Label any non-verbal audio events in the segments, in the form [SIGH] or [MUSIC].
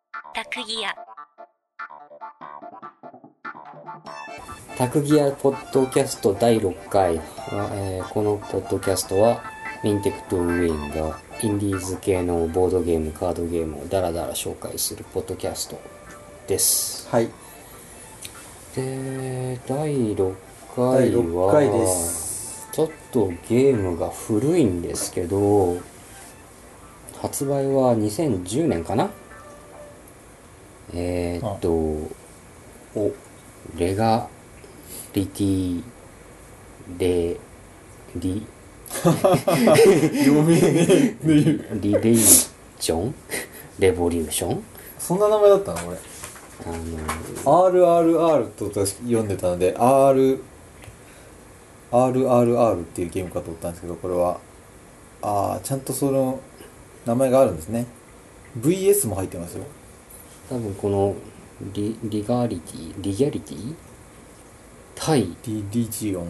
ギアタクギアポッドキャスト第6回、えーこのポッドキャストはミンテクトウェインがインディーズ系のボードゲームカードゲームをダラダラ紹介するポッドキャストですはいで第6回は第6回ですちょっとゲームが古いんですけど発売は2010年かなえー、っとおレガリティレリ [LAUGHS] 読めねえリレーションレボリューションそんな名前だったの俺あの RRR と確か読んでたので R RRR っていうゲームかと思ったんですけどこれはああちゃんとその名前があるんですね VS も入ってますよ多分このリリガリティリギャリティ対リリジオン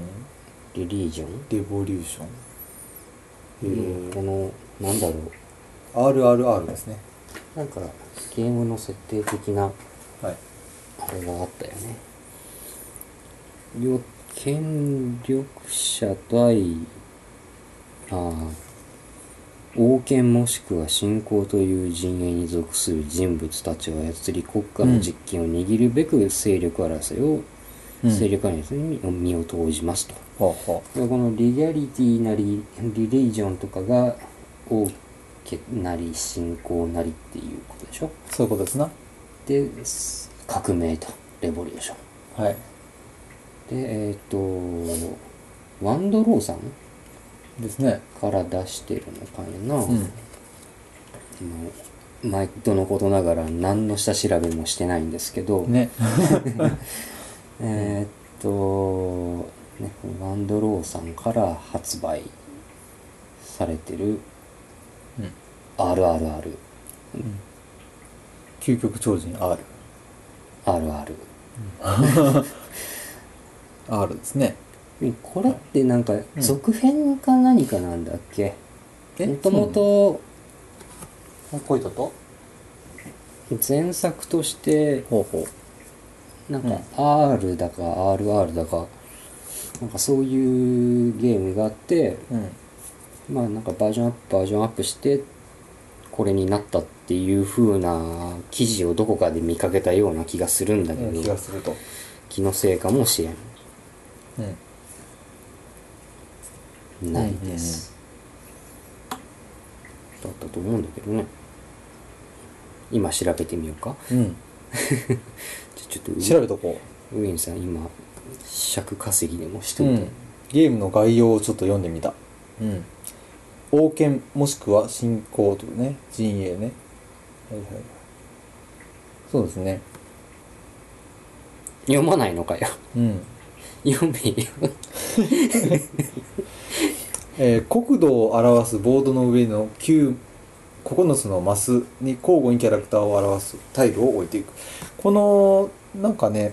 リリージョンレボリューションえーこのなんだろう RRR ですねなんかゲームの設定的なはいあれがあったよねよ権力者対ああ王権もしくは信仰という陣営に属する人物たちを操り国家の実権を握るべく勢力争いを、うん勢力争いに身を投じますと、はあはでこのリギャリティなりリリージョンとかが王家なり信仰なりっていうことでしょあそういうことですなで革命とレボリューションはいでえっ、とワンドローさんですねから出してるのかな、うんもう毎度のことながら何の下調べもしてないんですけど、 [LAUGHS] ね [LAUGHS] えっ、と、ね、ワンドローさんから発売されてるうん RRRRR 究極超人 RR ですねこれってなんかん続編か何かなんだっけもともとこういったと前作としてほうほなんか R だか RR だかなんかそういうゲームがあってううんまあなんかバージョンアップバージョンアップしてこれになったっていう風な記事をどこかで見かけたような気がするんだけ気がどすると気のせいかもしれうんんないですだったと思うんだけどね今調べてみよ [LAUGHS] うかうん、じゃあちょっとウ調べとこウィンさん今尺稼ぎでもしう、といて、ゲームの概要をちょっと読んでみた、うん、王権もしくは信仰というね陣営ね、はいはい、そうですね読まないのかよ [LAUGHS] うん読めよえー国土を表すボードの上の9 9つのマスに交互にキャラクターを表すタイルを置いていくこのなんかね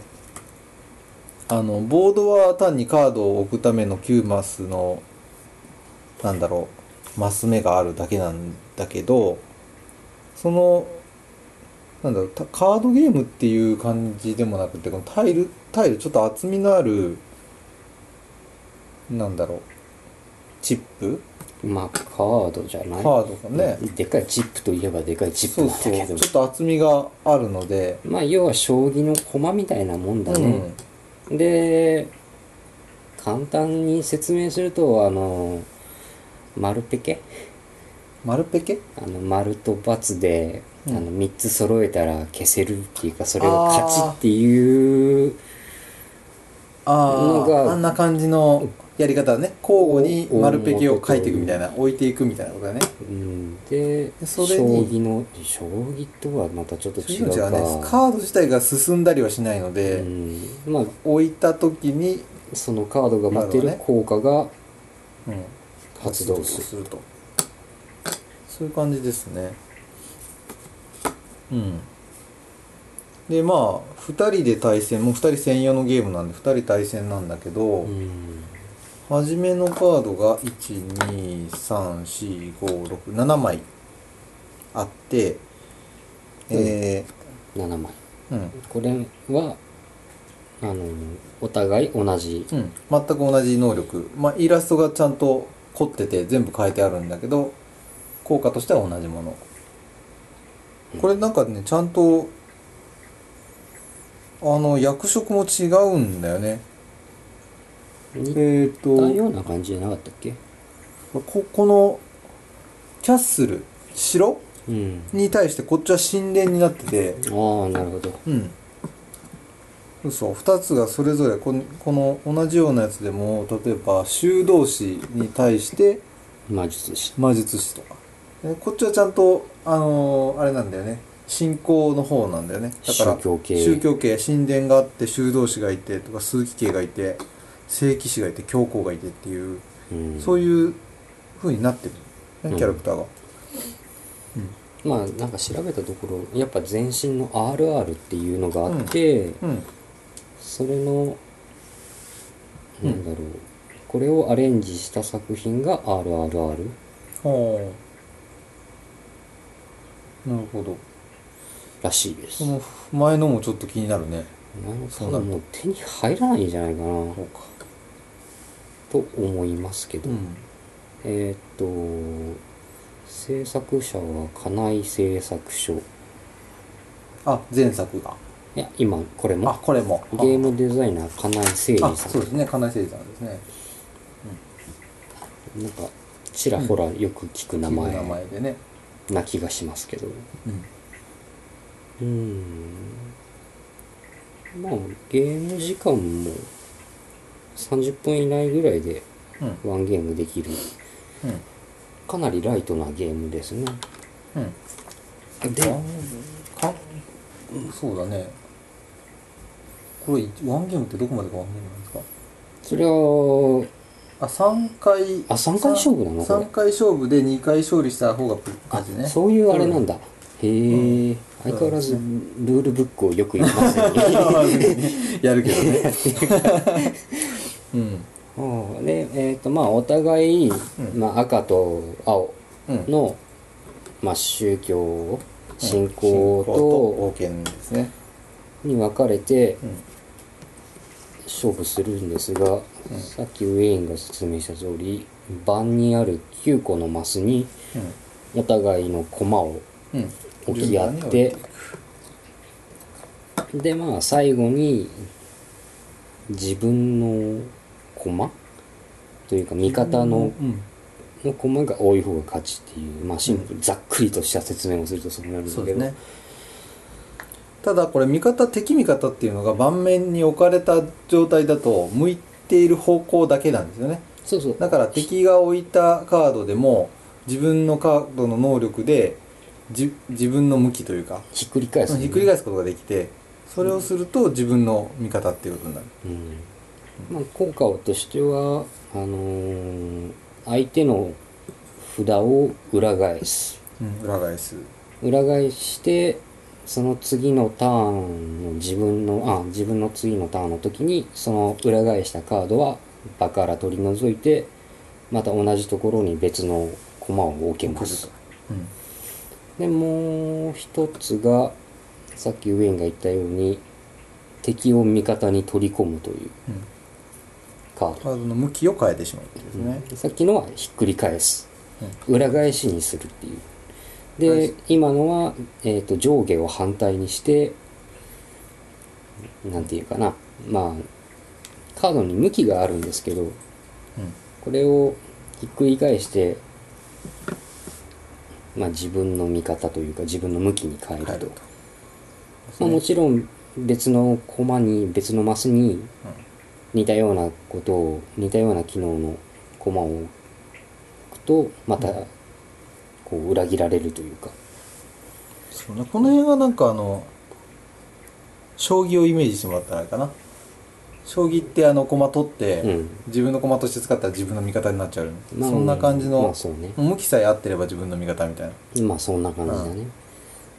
あのボードは単にカードを置くための9マスのなんだろうマス目があるだけなんだけどそのなんだろうたカードゲームっていう感じでもなくてこのタイルタイルちょっと厚みのあるなんだろうチップまあカードじゃなカいードがね、でかいチップといえばでかいチップそなんうだそけどうちょっと厚みがあるので、まあ要は将棋の駒みたいなもんだね、で簡単に説明するとあの丸ペケ丸ペケあの丸と×で、うんあの3つ揃えたら消せるっていうかそれが勝ちっていうあのがああんな感じのやり方ね交互に丸ペケを書いていくみたいな置いていくみたいなことだねうんでで将それに棋の将棋とはまたちょっとそうい違ううのかじゃねカード自体が進んだりはしないので、うん、まあ置いた時に、そのカードが持ってる効果がうん発動するるとそういう感じですねうんでまあ2人で対戦もう2人専用のゲームなんで2人対戦なんだけど、うん初めのカードが1234567枚あって、えー7枚うんこれはあのお互い同じうん、全く同じ能力、まあ、イラストがちゃんと凝ってて全部変えてあるんだけど効果としては同じものこれなんかねちゃんとあの役職も違うんだよね似たえっ、とような感じじゃなかったっけここのキャッスル城うんに対してこっちは神殿になっててああなるほどうんそうそう2つがそれぞれこのこの同じようなやつでも例えば修道士に対して魔術師魔術師とかでこっちはちゃんとあのーあれなんだよね信仰の方なんだよねだから宗教系宗教系神殿があって修道士がいてとか枢機系がいて聖騎士がいて教皇がいてっていう、うんそういう風になってる、うね、んキャラクターが、まあなんか調べたところやっぱ全身の RR っていうのがあって、うんそれのうんなんだろう、これをアレンジした作品が RRR ほうなるほどらしいです、その前のもちょっと気になるねなんかそうなるもう手に入らないんじゃないかなうかと思いますけど、うんえーっと制作者は金井製作所いあ前作がや今これあもこれもゲームデザイナー金井誠あ二あさそうですね金井誠司さんですねんなんかちらほらよく聞く名前名前でねな気がしますけどうんうーんまあゲーム時間も30分以内ぐらいでうんワンゲームできるかなりライトなゲームですねうんうんでワンかそうだねこれワンゲームってどこまでがワンゲームなんですかそれはあ3回あ三回勝負なのこれ3回勝負で2回勝利した方が勝ちねそういうあれなんだ、へえ、相変わらずルールブックをよく読 [LAUGHS] まずに [LAUGHS] やるけどねうんうんでえっ、とまあお互い、んまあ、赤と青うんの、まあ、宗教信信仰王権ですねとに分かれて、うん勝負するんですが、さっきウェインが説明した通り盤にある9個のマスにお互いの駒をうんうん置き合ってでまあ最後に自分の駒というか味方の,、うんの駒が多い方が勝ちっていうまあシンプル、ざっくりとした説明をするとそうなるんだけどそうですねただこれ味方敵味方っていうのが盤面に置かれた状態だと向いている方向だけなんですよねそうそうだから敵が置いたカードでも自分のカードの能力でじ自分の向きというかひっくり返す、ひっくり返すことができてそれをすると自分の味方っていうことになるうんまあ、効果としてはあのー相手の札を裏返すうん裏返す裏返してその次のターンの自分のあ自分の次のターンの時にその裏返したカードは場から取り除いてまた同じところに別の駒を置けますうんでもう一つがさっきウェインが言ったように敵を味方に取り込むといううんカードカードの向きを変えてしまうってことですね、さっきのはひっくり返す裏返しにするっていうで今のは、えー、と上下を反対にしてなんていうかなまあカードに向きがあるんですけどこれをひっくり返して、まあ、自分の見方というか自分の向きに変えると、変えるとまあ、もちろん別の駒に別のマスにうん似たようなことを似たような機能の駒を置くとまたこう裏切られるというか、そうね、この辺はなんかあの将棋をイメージしてもらったらあれかな将棋ってあの駒取って、うん自分の駒として使ったら自分の味方になっちゃう、まあそんな感じまのあ、そうね向きさえ合ってれば自分の味方みたいなまあそんな感じだね、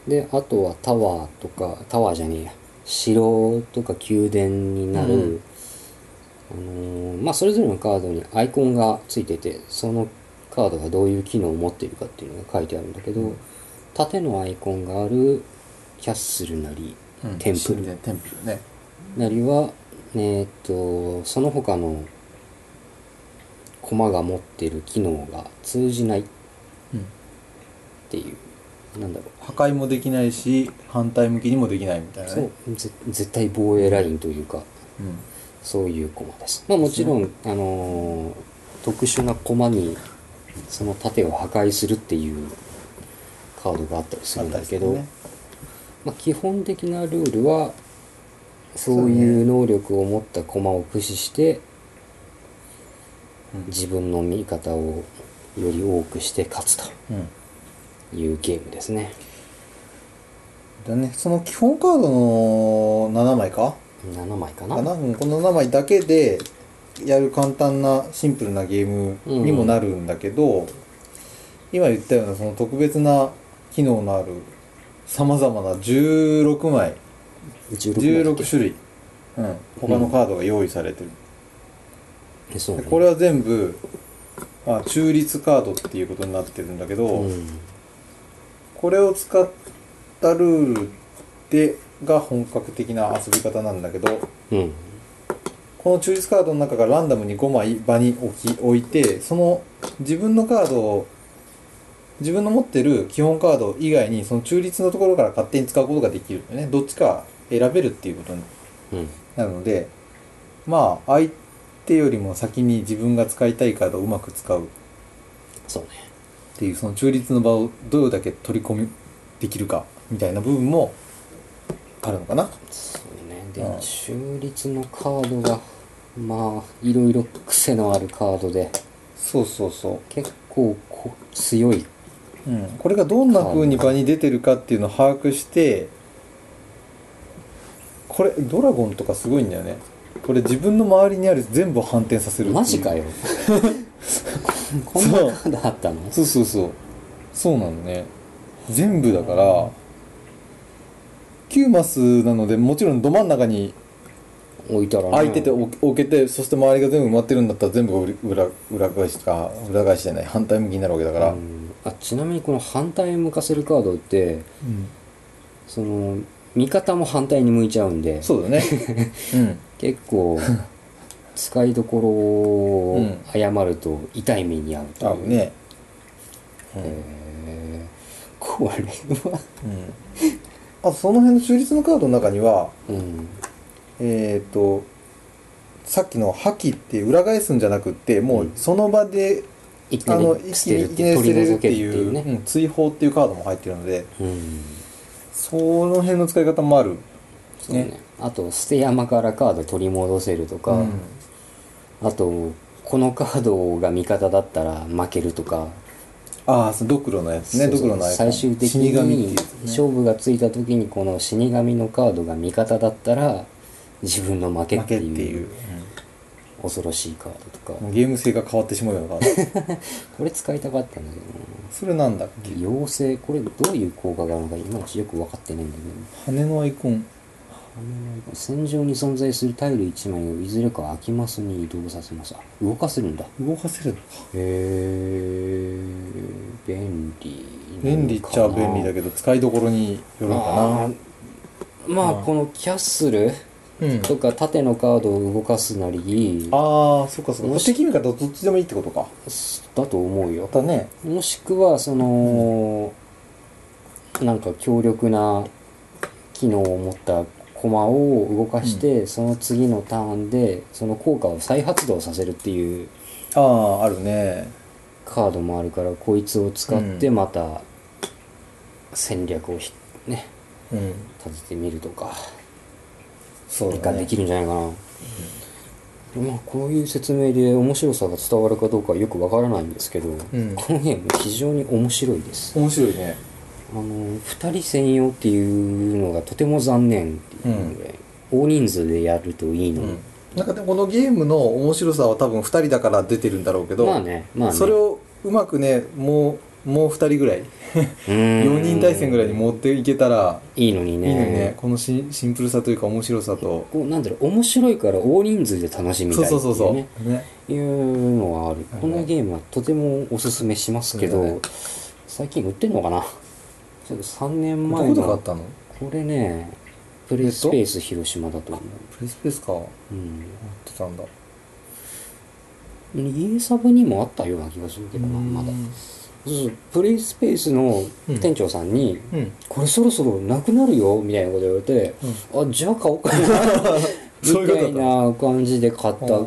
であとはタワーとかタワーじゃねえや城とか宮殿になる、うんあのーまあそれぞれのカードにアイコンがついててそのカードがどういう機能を持っているかっていうのが書いてあるんだけど縦のアイコンがあるキャッスルなりうんテンプル神殿テンプルねなりはえーっとその他の駒が持ってる機能が通じないっうんていう、なんだろ破壊もできないし反対向きにもできないみたいうなねそうぜ絶対防衛ラインというかうんそういう駒です。まあもちろん、あのー特殊な駒にその盾を破壊するっていうカードがあったりするんだけど、あったりまあ、基本的なルールはそういう能力を持った駒を駆使してす自分の味方をより多くして勝つとるねうんいうゲームですね。だねその基本カードの7枚か7枚かなかなうんこの7枚だけでやる簡単なシンプルなゲームにもなるんだけど、今言ったようなその特別な機能のあるさまざまな16枚16枚16種類、うん、他のカードが用意されてる、そうでね、これは全部、まあ、中立カードっていうことになってるんだけど、うん、これを使ったルールでが本格的な遊び方なんだけどうん、この中立カードの中からランダムに5枚場に置き置いてその自分のカードを自分の持ってる基本カード以外にその中立のところから勝手に使うことができるんだよねどっちか選べるっていうことにうん、なのでまあ相手よりも先に自分が使いたいカードをうまく使うっそうね。ていうその中立の場をどれだけ取り込みできるかみたいな部分もあるのかなそうねで、うん中立のカードがまあいろいろ癖のあるカードでそうそうそ結構こ強い、う、うん、これがどんな風に場に出てるかっていうのを把握してこれドラゴンとかすごいんだよねこれ自分の周りにある全部を反転させるっていうマジか [LAUGHS] よこんなカードあったのそうそうそうそうなのね全部だから9マスなのでもちろんど真ん中に置いたらね空いてて置置けてそして周りが全部埋まってるんだったら全部裏裏裏返しか裏返しじゃない反対向きになるわけだから、うんあちなみにこの反対向かせるカードってその味方も反対に向いちゃうんでそうだ [LAUGHS] ねうん結 [LAUGHS] 構使いどころうをん誤ると痛い目に遭うとい合う、うね、うんえーこれは、うんあとその辺の中立のカードの中にはうん、えっ、とさっきの「覇気」って裏返すんじゃなくってもうその場で一気あのに一捨気てるっにいきてなり取捨りてれる除っけてるっいていううね、うん追放っていうカードも入ってるのでうん、その辺の使い方もあるそうねあと捨て山からカード取り戻せるとか、うんあとこのカードが味方だったら負けるとか、ああそうドクロのやつねドクロのアイコン最終的死神っていにうやつね勝負がついた時にこの死神のカードが味方だったら自分の負けっ負けてっていいうう、恐ろしいカードとか、うんゲーム性が変わってしまうようなカードこれ使いたかったんだけどなそれなんだっけ妖精これどういう効果があるのかいまいちよく分かってないんだけど羽のアイコン戦場に存在するタイル1枚をいずれか空きマスに移動させますあ動かせるんだへ動かせるのかえ便利便利っちゃ便利だけけど使いどころによるのかまあうんこのキャッスルなうんとか縦のカードを動かすなりああそっかそっもかし敵味方どっちでもいいってことかだと思うよまたねもしくはそのなんか強力な機能を持った駒を動かして、その次のターンでその効果を再発動させるっていうあああるねカードもあるからこいつを使ってうんまた戦略をひ、ね、うん立ててみるとかそうなんだかねできるんじゃないかな、まあ、こういう説明で面白さが伝わるかどうかはよくわからないんですけど、うんこのゲーム非常に面白いです面白いねあの2人専用っていうのがとても残念っていうぐらい、大人数でやるといいのに、なんかでもこのゲームの面白さは多分2人だから出てるんだろうけど、まあねまあねそれをうまくねもうもう2人ぐらい4 4人対戦ぐらいに持っていけたらいいのにいいねのにねこのシンシンプルさというか面白さとこうなんだろう面白いから大人数で楽しみたいそうっていうう,、そね、そうそうねいうのはあるはいこのゲームはとてもおすすめしますけど、そうだね最近売ってんのかなちょっと3年ど前こで買っのたのこれね、プレイスペース広島だと思プレイスペースか持っう。うん。てたんだ家サブにもあったような気がするけどな、まだう。んそうそう、プレイスペースの店長さんに、うんこれそろそろなくなるよみたいなこと言われて、あ、じゃあ買おうかな、み [LAUGHS] そういうたいことだっな感じで買ったた。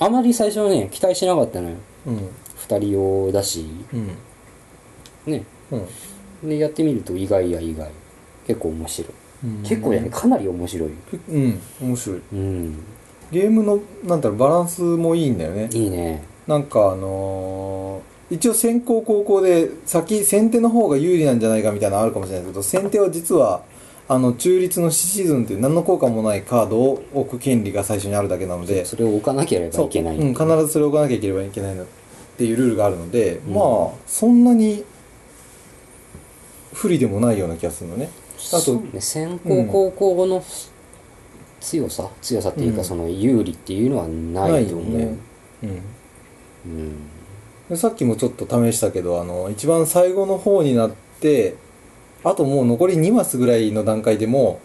あまり最初はね、期待しなかったのよ。うん二人用だし、うんね。うんで、やってみると意外や意外。結構面白い。うん結構ね、かなり面白い。うん面白いうん。ゲームのなんだろうバランスもいいんだよねいいね。なんかあのー一応先行後攻で先先手の方が有利なんじゃないかみたいなのあるかもしれないけど先手は実はあの中立のシシズンっていう何の効果もないカードを置く権利が最初にあるだけなのでそれを置かなければそういけない。うん、必ずそれを置かなきゃいければいけないのっていうルールがあるので、うんまあそんなに不利でもないような気がするのねあそとうね、先行後攻の強さ、強さっていうか、うんその有利っていうのはないと思う。ないよねうんうん。でさっきもちょっと試したけどあの一番最後の方になってあともう残り2マスぐらいの段階でも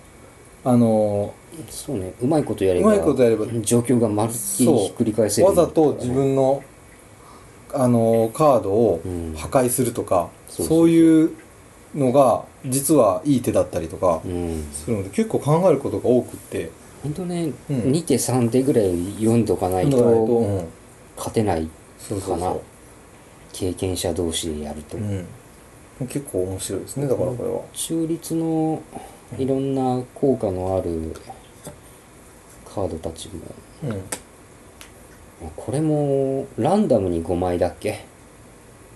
あのそうね、うまいことやれうば、まいことやれば状況がまるっきりひっくり返せる、わざと自、分のあのカードをうん、破壊するとか、そうそうそうそういうのが実はいい手だったりとかうん。するので結構考えることが多くって本当ね、うん2手3手ぐらい読んどかないだからえっととうん勝てないそうそうかなそ経験者同士でやると、う、うん、結構面白いですねだからこれは、中立のいろんな効果のあるカードたちもうん、これもランダムに5枚だっけ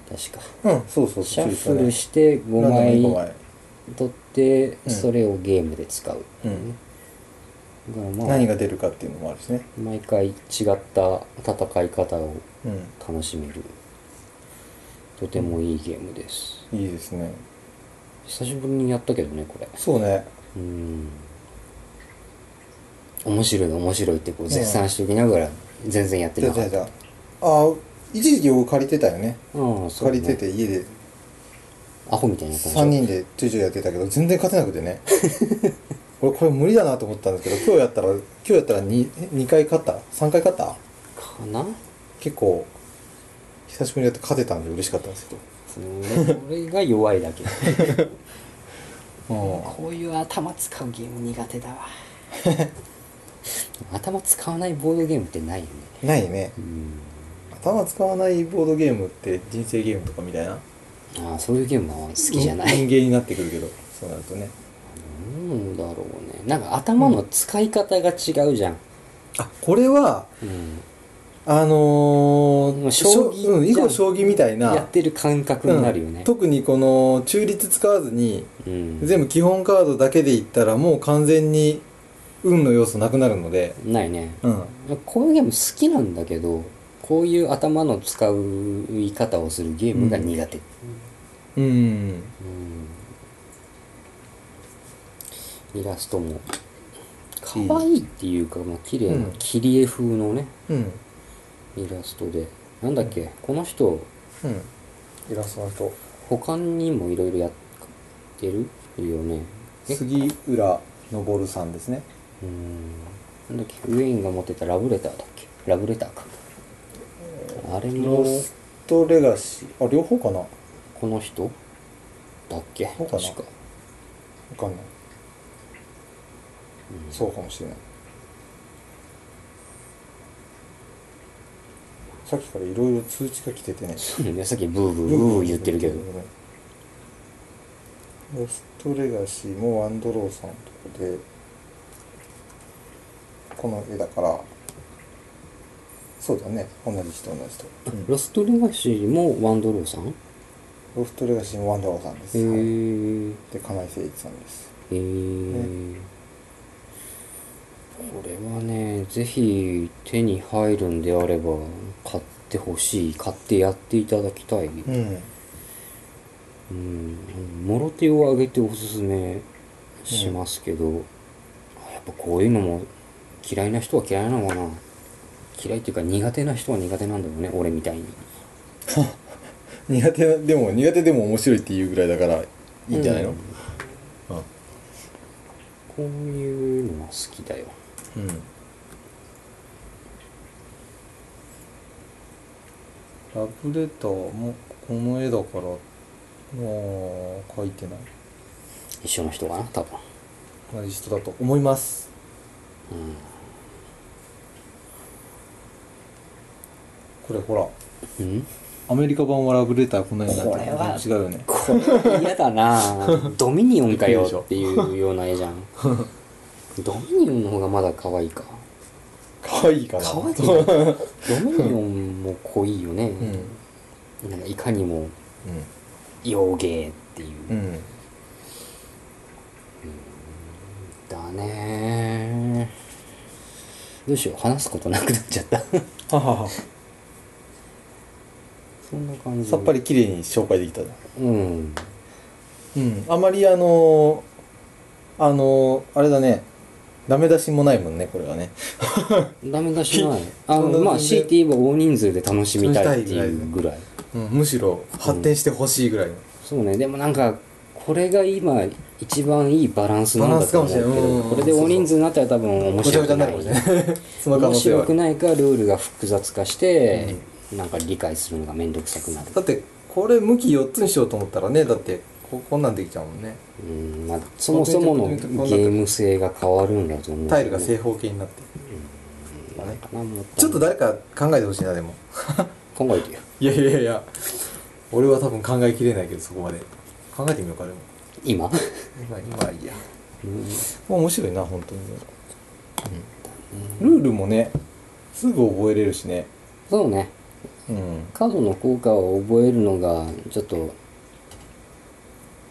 確かうん、そうそうシャッフルして5ランダムに五枚枚取ってうんそれをゲームで使う、うんだからまあ何が出るかっていうのもあるしね、毎回違った戦い方をう楽しめるとてもいいゲームですん、いいですね久しぶりにやったけどねこれそうねうん面白い面白いってこう絶賛しておきながら全然やってじゃなあじかゃあっじたゃああー一時期僕借りてたよねうんそう借ねりてて家でアホみたいになったでしょ3人でちょいちょいやってたけど全然勝てなくてね [LAUGHS] 俺これ無理だなと思ったんですけど今日やったら今日やったら 2, 2回勝った3回勝ったかな結構久しぶりにやって勝てたんで嬉しかったんですけうんこれが弱いだ [LAUGHS] けど、うん、こういう頭使うゲーム苦手だわ [LAUGHS] 頭使わないボードゲームってないよねないねうん頭使わないボードゲームって人生ゲームとかみたいなああそういうゲームは好きじゃない人間になってくるけどそうなるとねなんだろうねなんか頭の使い方が違うじゃん、あこれはうんあのもー、う将棋しょうん、囲碁将棋みたいなやってる感覚になるようねん、特にこの中立使わずにうん全部基本カードだけでいったらもう完全に運の要素なくなるのでないねうんこういうゲーム好きなんだけどこういう頭の使う言い方をするゲームが苦手、うんうんイラストも可愛いっていうか、まあ綺麗なうん切り絵風のねうんイラストでなんだっけこの人うんイラストの人他にもいろいろやってるよねえ杉浦昇さんですねうーんなんだっけウェインが持ってたラブレターだっけラブレターかあれロもストレガシーあ両方かなわこの人だっけそう確かかなかんないそうかもしれないさっきからいろいろ通知が来ててねそうねさっきブーブーブーブー言ってるけどロストレガシーもワンドローさんのとこでこの絵だからそうだね同じ人同じ人、ロストレガシーもワンドローさんへロストレガシーもワンドローさんです、はいーで金井誠一さんですへーこれはねぜひ手に入るんであれば買ってほしい買ってやっていただきたい、うんうん、もろ手を挙げておすすめしますけど、やっぱこういうのも嫌いな人は嫌いなのかな嫌いっていうか苦手な人は苦手なんだろうね俺みたいに苦手なでも苦手でも面白いっていうぐらいだからいいんじゃないの、ううんこういうのは好きだよラブレターもこの絵だからもう書いてない一緒の人かな多分同じ人だと思いますうんこれほらうん、アメリカ版はラブレターこんなになってるこれは違うよねこれ嫌だ [LAUGHS] なあドミニオンかよっていうような絵 [LAUGHS] じゃんドミニオンの方がまだ可愛いか可愛いかな可愛いうんドミニオンも濃いよね、なんかいかにも洋芸っていう、うんうんだねどうしよう話すことなくなっちゃったははは [LAUGHS] そんな感じさっぱり綺麗に紹介できたなうんうんあまりあのあのあれだねダメ出しもないもんねこれはねダメ出しないあ [LAUGHS] そんなのまあ全然強いて言えば大人数で楽しみたいっていうぐらいうんむしろ発展してほしいぐらいの、そうねでもなんかこれが今一番いいバランスなんだと思うけバランスかもしれないうんどこれで大人数になったら多分面ごちゃ白ごちくゃにななるいもんね [LAUGHS] その可面能性白はあくるないかルールが複雑化して、なんか理解するのがめんどくさくなるだってこれ向き4つにしようと思ったらねだってここんなんできちゃうもんねうん、まあ、そもそものゲーム性が変わるんだと思うけどタイルが正方形になってまあなんかなもたいちょっと誰か考えてほしいなでも考えてよ [LAUGHS] いやいやいや俺は多分考えきれないけどそこまで考えてみようかでも今今今はいいやうん面白いな本当に、ルールもねすぐ覚えれるしねそうねうんカードの効果を覚えるのがちょっと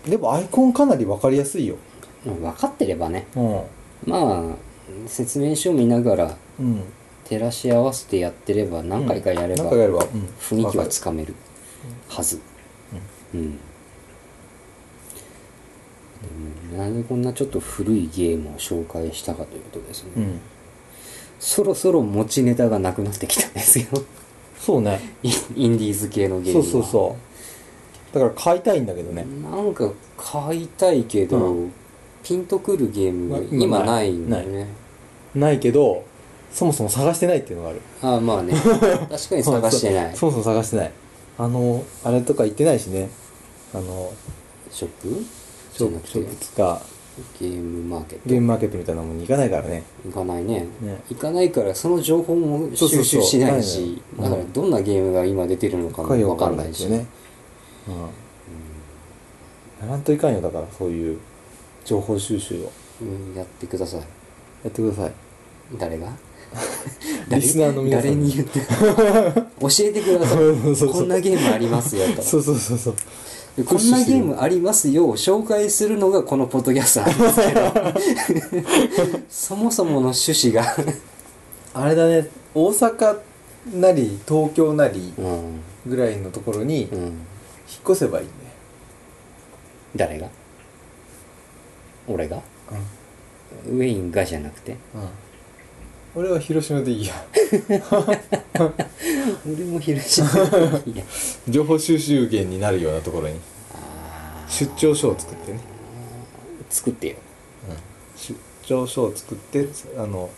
でもアイコンかなり分かりやすいよまあ分かってればねうんまあ説明書を見ながらうん照らし合わせてやってれば何回かやれば何回やれば、雰囲気はつくかめるはずうん、でもなんでこんなちょっと古いゲームを紹介したかということですね、うんそろそろ持ちネタがなくなってきたんですよ [LAUGHS] そうねインインディーズ系のゲームそうはそうそうだから買いたいんだけどね、なんか買いたいけど、うピンとくるゲームがま今ないんだよねないけどそもそも探してないっていうのがあるああま [LAUGHS] あね確かに探してないそうそうそもそも探してないあのあれとか行ってないしねあのショップショップショップとかゲームマーケッゲームマーケットみたいなもんに行かないからねト行かないねね行かないからその情報もそうそ収うそ集うしないしないだかのよらどんなゲームが今出てるのかもかよ分わかかんんなないいししねうんやらんといかんよだからそういう情報収集をうんやってくださいやってください誰 [LAUGHS] がリスナーの皆さん誰に言って [LAUGHS] 教えてくださいそうそうそうこんなゲームありますよと [LAUGHS] そうそうそうそうでこんなゲームありますよを紹介するのがこのポッドキャストなんですけど [LAUGHS] [LAUGHS] そもそもの趣旨があれだね大阪なり東京なりうん、ぐらいのところに引っうん、越せばいいね、誰が俺がウェインがじゃなくてうん俺は広島でいい [LAUGHS] や俺も広島でいいや情報収集源になるようなところに出張書を作ってね、作ってよ出張書を作ってあの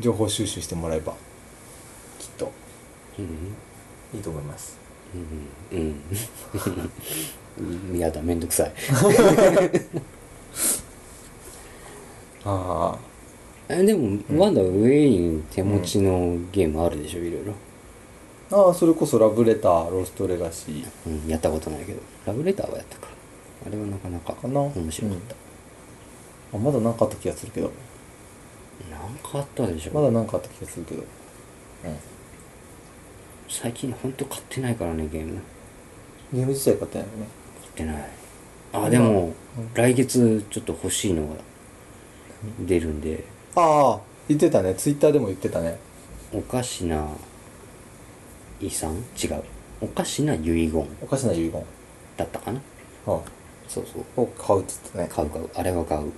情報収集してもらえばきっとうんいいと思いますうんうんやだめんどくさいあえでもまだウェイン手持ちのゲームあるでしょいろいろ、あああそれこそラブレターロストレガシーうん、やったことないけどラブレターはやったかあれはなかなかかな面白かった、あまだ何かあった気がするけどなんかあったでしょ、まだ何かあった気がするけど、最近ほんと買ってないからねゲームゲーム自体買ってないよね買ってないあでも、うん来月ちょっと欲しいのが出るんでああ言ってたねツイッターでも言ってたねおかしな遺産違うおかしな遺言おかしな遺言だったかなあそうそうを買うっつってね買う買うあれは買ううん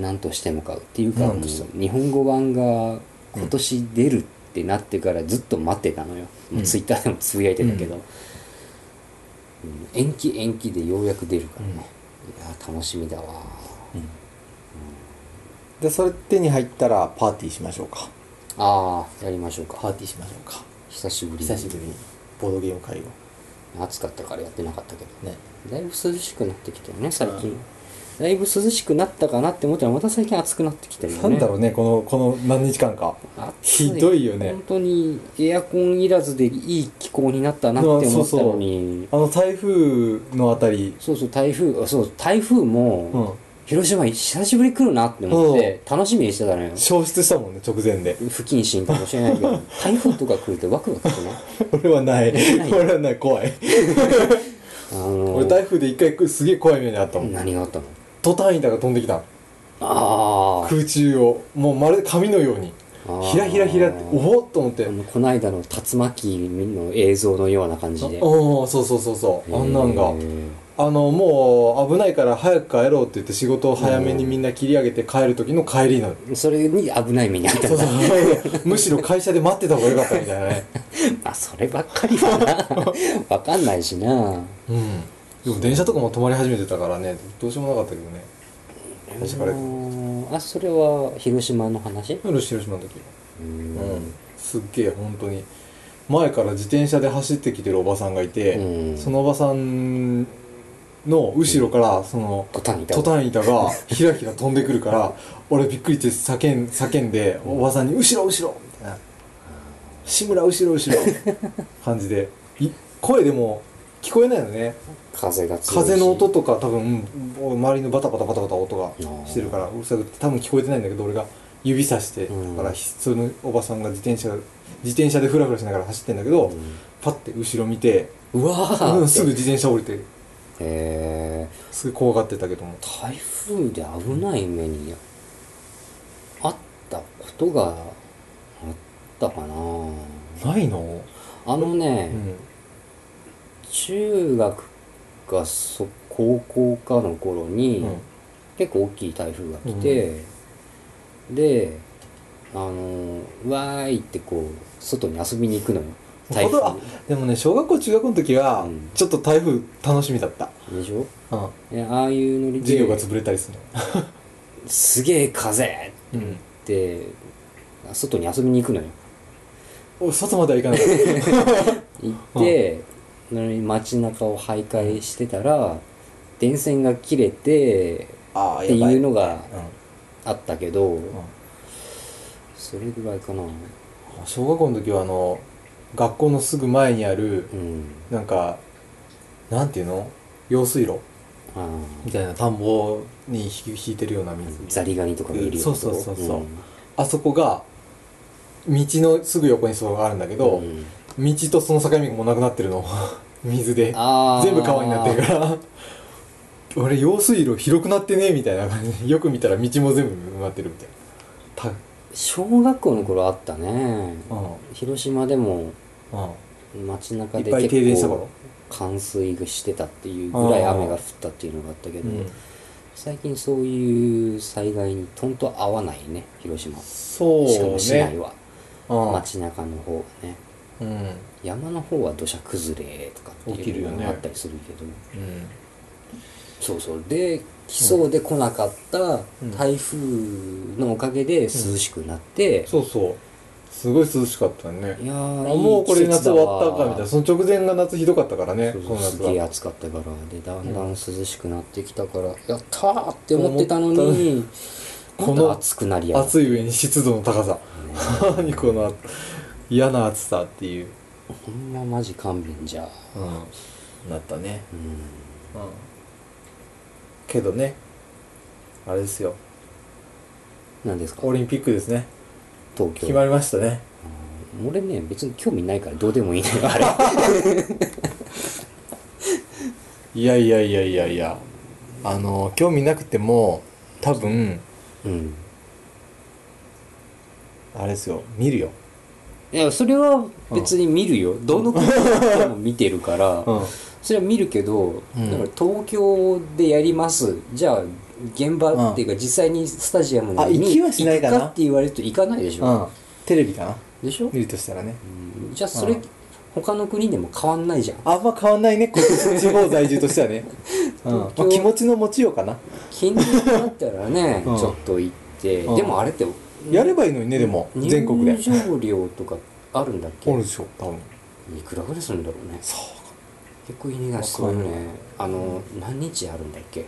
何としても買うっていうかも何うとして日本語版が今年出るってなってからずっと待ってたのよ、うんもうツイッターでもつぶやいてたけど、うん延期延期でようやく出るからね、いや楽しみだわ、うんでそれ手に入ったらパーティーしましょうかああやりましょうパかーティーしましょうか久しぶりに久しぶりにボードゲーム会を暑かったからやってなかったけどねだいぶ涼しくなってきたよね最近、うんだいぶ涼しくなったかなって思ったらまた最近暑くなってきてるよねなんだろうねこのこの何日間か暑ひどいよね本当にエアコンいらずでいい気候になったなって思ったのにあの台風のあたりそうそう台風あそう台風も、うん広島久しぶり来るなって思って楽しみにしてたのよ消失したもんね直前で [LAUGHS] 不謹慎かもしれないけど台風とか来るとワクワクしない俺はないない俺はない怖いあの俺台風で一回すげえ怖い目にあったもん何があったのトタン板が飛んできたのあ空中をもうまるで紙のようにあひらひらひらっておおっと思ってあのこの間の竜巻の映像のような感じでおおそうそうそうそうあんなんがへあのもう危ないから早く帰ろうって言って仕事を早めにみんな切り上げて帰る時の帰り [LAUGHS] なのーそれに危ない目にあったそんうそだうむしろ会社で待ってた方がよかったみたいなねあそればっかりはな [LAUGHS] わかんないしなうんでも電車とかも止まり始めてたからねどうしようもなかったけどね確かにあのーあそれは広島の話夜広島の時ううんすっげえ本当に前から自転車で走ってきてるおばさんがいて、うんそのおばさんの後ろからその途端にいたトタン板がひらひら飛んでくるから俺びっくりして叫ん叫んでおばさんに「後ろ後ろ!」みたいな「志村後ろ [LAUGHS] 後ろ!」感じでい声でも聞こえないのね風が強いし風の音とか多分、うん周りのバタバタバタバタ音がしてるからうるさくて多分聞こえてないんだけど俺が指さして、うんだからひそのおばさんが自転車自転車でフラフラしながら走ってんだけうど、んパッて後ろ見て、うわうーんすぐへ自転車降りてえすごい怖がってたけども台風で危ない目にあったことがあったかなないの、あのねう、ん、中学かそ高校かの頃に、うん結構大きい台風が来て、であのわーいってこう外に遊びに行くのよ台本当だ風でもね小学校中学校の時は、うんちょっと台風楽しみだった、でしょうん、でああいうノリ授業がで潰れたりするすげえ風の、うんって外に遊びに行くのよお外までは行かない [LAUGHS] 行って、なのに街中を徘徊してたら電線が切れてああってやばいいうのがうんあったけど、うんそれぐらいかな小学校の時はあの学校のすぐ前にあるうんなんかなんていうの用水路あーみたいな田んぼに引き引いてるような水ザリガニとかがいるよそうそうそうそううんあそこが道のすぐ横にそうがあるんだけど、うん道とその境目がもうなくなってるの [LAUGHS] 水であー全部川になってるから [LAUGHS] 俺用水路広くなってねみたいな感じでよく見たら道も全部埋まってるみたいな小学校の頃あったねたうん広島でもう街中んいでっぱい停電し結た頃構、冠水してたっていうぐらい雨が降ったっていうのがあったけうど、ん、最近そういう災害にとんと合わないね広島しかそうも市内ねは、うん街中の方ねうん山の方は土砂崩れとかって起きるいようのねがあったりするけどうんそうそうで来そうで来なかったうん台風のおかげで涼しくなって、そうそうすごい涼しかったねいやあーいいもうこれ夏終わったかみたいななその直前が夏ひどかったからねこの夏すげえは暑かったからでだんだん涼しくなってきたから、やったーって思ってたのにここのの暑くなりやがって暑い上に湿度の高さ何この嫌な暑さっていう、ほんまマジ勘弁じゃなったね、うんうん、けどねあれですよ何ですかオリンピックですね東京決まりましたねうん俺ね別に興味ないからどうでもいい [LAUGHS] のよあれいやいやいやいやいやあの興味なくても多分うんあれですよ見るよ、いやそれは別に見るよ、どの国でも見てるから、うん、それは見るけど、うんだから東京でやりますじゃあ現場っていうか実際にスタジアムあ行にきはしないかな行くって言われると行かないでしょ、うん、テレビかなでしょ、見るとしたらねうんじゃあそれ、うん他の国でも変わんないじゃんあんま変わんないね [LAUGHS] こっち地方在住としてはね、うんまあ、気持ちの持ちようかな近隣だったらね [LAUGHS] うんちょっと行って、うんでもあれってやればいいのにねでも全国で入場料とかあるんだっあけるでしょ多分いくらぐらいするんだろうねそう結構意味がすごいよわかんねあの何日あるんだっけ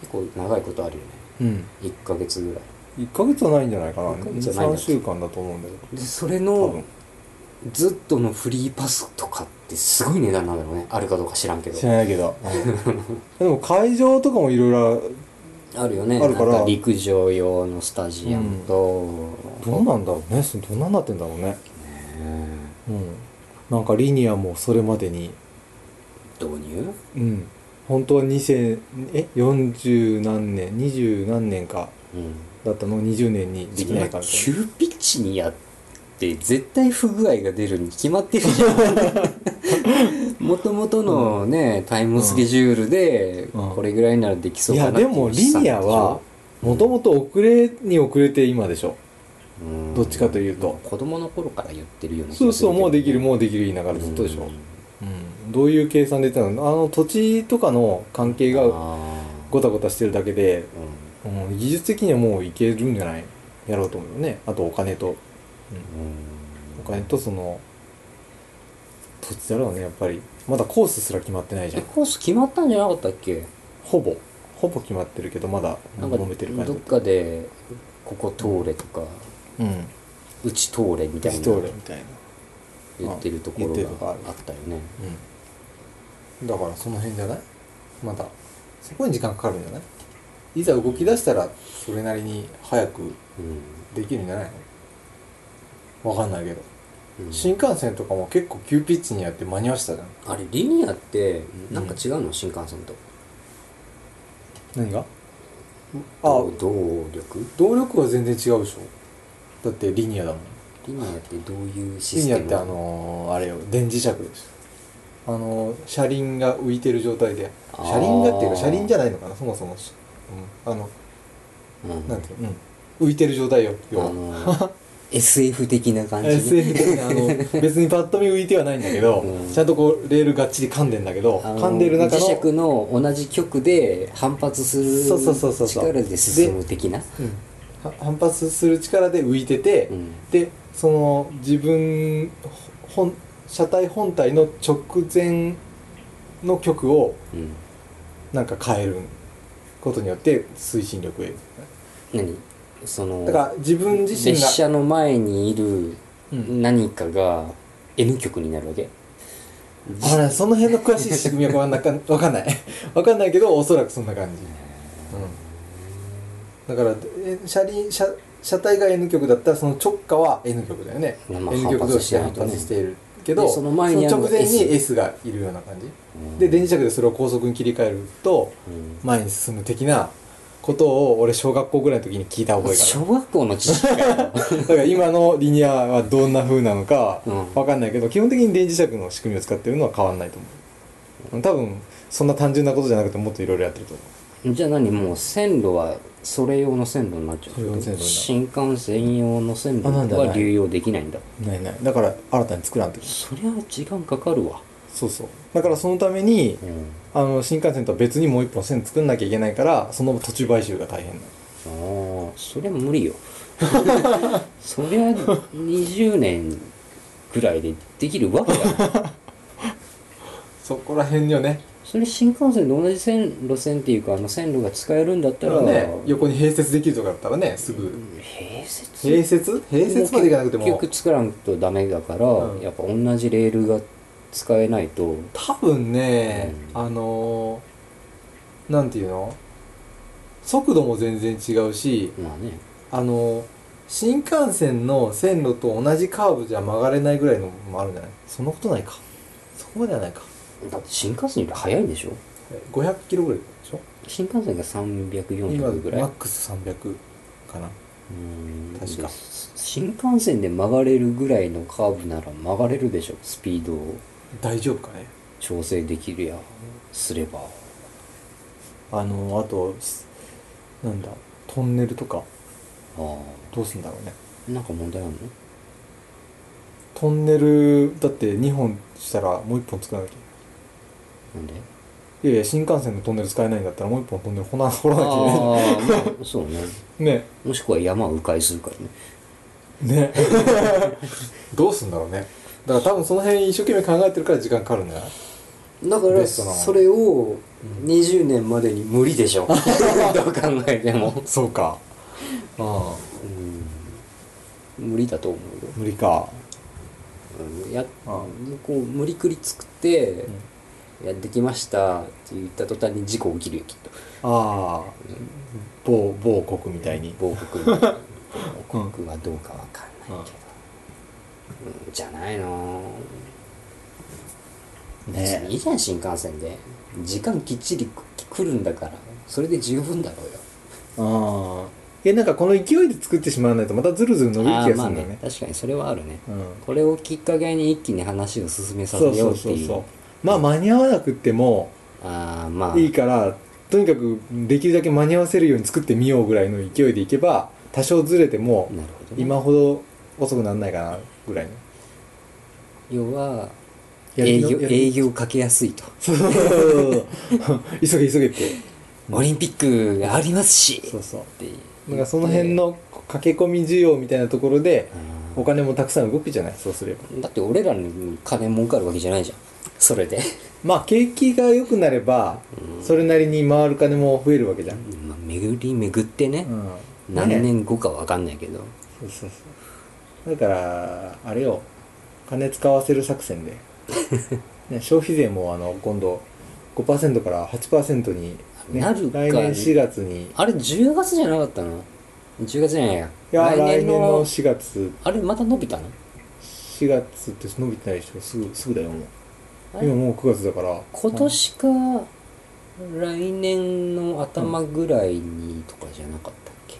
結構長いことあるよねうん1ヶ月ぐらい1ヶ月はないんじゃないかな一ヶ月はないん23だ週間だと思うんだけでそれど多の分ずっとのフリーパスとかってすごい値段なんだろうねあるかどうか知らんけど知らないけど、 [LAUGHS] でも会場とかもいろいろあるよねあるからなん陸上用のスタジアムと、どうなんだろうねそどうなんなってんだろうねねうんなんかリニアもそれまでに導入うん本当は2000え40何年20何年かうんだったのを20年にできないから急ピッチにやって絶対不具合が出るに決まってる [LAUGHS] じゃんもともとのね、タイムスケジュールでうんこれぐらいならできそういかなやっていでうもリニアはもともと遅れに遅れて今でしょうんどっちかというと子供の頃から言ってるような気がすそるうそうもうできるうもうできる言いながらずっとでしんょうんどういう計算で言ったのあの土地とかの関係あーがごたごたしてるだけでううん技術的にはもういけるんじゃないやろうと思うよねあとお金と、うんんお金とその土地だろうねやっぱりまだコースすら決まってないじゃえんコース決まったんじゃなかったっけほぼほぼ決まってるけどまだなんか揉めてる感じどっかでここ通れとかうんうち通れみたいスなトーレみたいな言ってるところ言ってるとこがあるあったよねうんだからその辺じゃないまだそこに時間かかるんじゃないいざ動き出したらそれなりに早くうできるんじゃないのわかんないけど、んうん新幹線とかも結構急ピッチにやって間に合わせたじゃんあれリニアってなんか違うの、新幹線と何があ動動力動力は全然違うでしょだってリニアだもんリニアってどういうシリスニテアムってあのーあれよ電磁石ですあのー車輪が浮いてる状態であー車輪がっていうか車輪じゃないのかなそもそも、うん、あのうんなんていうの、うん、浮いてる状態よ要あはの SF 的な感じ、ね、 SF 的 [LAUGHS] なあの別にパッと見浮いてはないんだけど、うんちゃんとこうレールがっちり噛んでんだけどあの噛んでる中の磁石の同じ曲で反発するそうそうそうそうそう力で進む的なうんは反発する力で浮いてて、うんでその自分本車体本体の直前の曲をうんなんか変えることによって推進力を得る何そのだから自分自身が列車の前にいるうん何かが N 曲になるわけあらその辺の詳しい仕組みはわかんなかわかんないわかんないけどおそらくそんな感じ、うん、だからえ車輪車車体が N 曲だったらその直下は N 曲だよね、まあ N 反曲発同士でしない反とね発しているけどでその前にあるその直前に S S がいるような感じうんで電磁石でそれを高速に切り替えるとうん前に進む的なことを俺小学校ぐらいの時に聞いた覚えがある小学校の知識かよだから今のリニアはどんな風なのかうんわかんないけど基本的に電磁石の仕組みを使ってるのは変わんないと思う多分そんな単純なことじゃなくてもっといろいろやってると思 [LAUGHS] じゃあ何もう線路はそれ用の線路になっちゃそれ用の線路にうなる新幹線用の線路あなんだは流用できないんだうないないだから新たに作らんとそりゃ時間かかるわそうそうだからそのためにうんあの新幹線とは別にもう一本線作んなきゃいけないからその途中買収が大変なのああそりゃ無理よ [LAUGHS] そりゃ20年ぐらいでできるわけがないそこら辺よねそれ新幹線と同じ線路線っていうかあの線路が使えるんだっただかららね横に併設できるとかだったらねすぐ併設併設併設までいかなくても結局作らんとダメだから、うんやっぱ同じレールが使えないと多分ね、うあのーなんていうの速度も全然違うしまあねあのー新幹線の線路と同じカーブじゃ曲がれないぐらいのもあるんじゃないそんなことないかそこまではないかだって新幹線より速いんでしょえ500キロぐらいでしょ新幹線が今300400ぐらいマックス300かなうん確かで新幹線で曲がれるぐらいのカーブなら曲がれるでしょスピードを大丈夫かね調整できるやすればあのーあとすなんだトンネルとかああどうすんだろうねなんか問題あるのトンネルだって2本したらもう1本作らなきゃなんでいやいや新幹線のトンネル使えないんだったらもう一本トンネル掘ら掘あらなきゃいけなあま [LAUGHS] あそうねいねもしくは山を迂回するからねね [LAUGHS] どうすんだろうねだから多分その辺一生懸命考えてるから時間かかるんだよだかベらストなのそれを20年までに無理で [LAUGHS] しょどう考えても、そうかああうん、無理だと思うよ無理かうんやあこう無理くり作って「やってきました」って言った途端に事故起きるよきっとああ某某国みたいに報告報告はどうかわかんないけど、うん、じゃないの別にいいじゃん新幹線で時間きっちり来るんだからそれで十分だろうよああえなんかこの勢いで作ってしまわないとまたずるずる伸びるあ気ーがますあるんだよねね確かにそれはあるねうんこれをきっかけに一気に話を進めさせそうよそううってそういうそうまあ間に合わなくってもああまあいいからとにかくできるだけ間に合わせるように作ってみようぐらいの勢いでいけば多少ずれてもなるほど、ね、今ほど遅くならないかなぐらいの要はやる営気の業やる気営業かけやすいとそうそうそうそう [LAUGHS] 急げ急げってオリンピックがありますしそうそうって言ってなんかその辺の駆け込み需要みたいなところであーお金もたくさん動くじゃないそうすればだって俺らに金儲かるわけじゃないじゃんそれで、まあ景気が良くなればそれなりに回る金も増えるわけじゃん、まあ、巡り巡ってね、うん、何ね年後かわかんないけどそうそうそうだからあれよ金使わせる作戦 [LAUGHS] で、ね、消費税もあの今度5%から8%に、ね、なるか来年4月にいあれ10月じゃなかったの10月じゃないやや来来年年のの4月あれまた伸びたの4月って伸びてないでしょすぐすぐだよもうあれ今もう9月だから今年か来年の頭ぐらいにとかじゃなかったっけ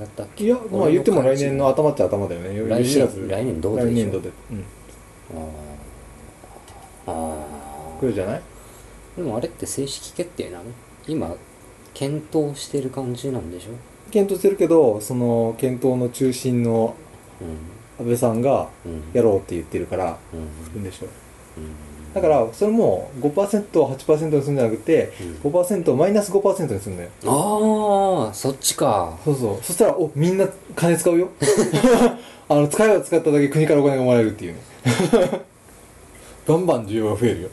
違ったっけいやまあ言っても来年の頭頭って頭だよね来年4月来年どうでしょう来年度でうんあー来るじゃないでもあれって正式決定なの今検討してる感じなんでしょ検討してるけどその検討の中心のう安倍さんがんうんやろうって言ってるからうんうんいるんでしょううんだからそれも5%を8%にするんじゃなくてうん5%をマイナス5%にするんだよああそっちかそうそうそしたらおみんな金使 [LAUGHS] うよあの使えば使っただけ国からお金がもらえるってい [LAUGHS] うねバンバン需要が増えるよ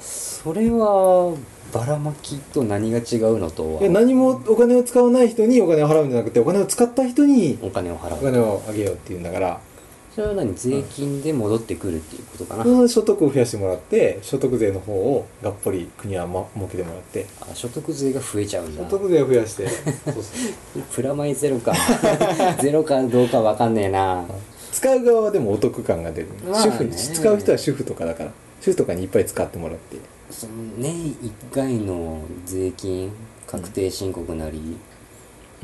それはばらまきと何が違うのとはいや何もお金を使わない人にお金を払うんじゃなくてお金を使った人にお金を払おう金をあげようっていうんだからそれは何税金で戻ってくるっていうことかな、その所得を増やしてもらって所得税の方をがっぽり国は、ま、儲けてもら [LAUGHS] ってあ所得税が増えちゃうんだ所得税を増やしてそうそうプラマイゼロか [LAUGHS] ゼロかどうかわかんねえな使う側はでもお得感が出る、まあ主ね婦に使う人は主婦とかだから主婦とかにいっぱい使ってもらってその年1回の税金確定申告なり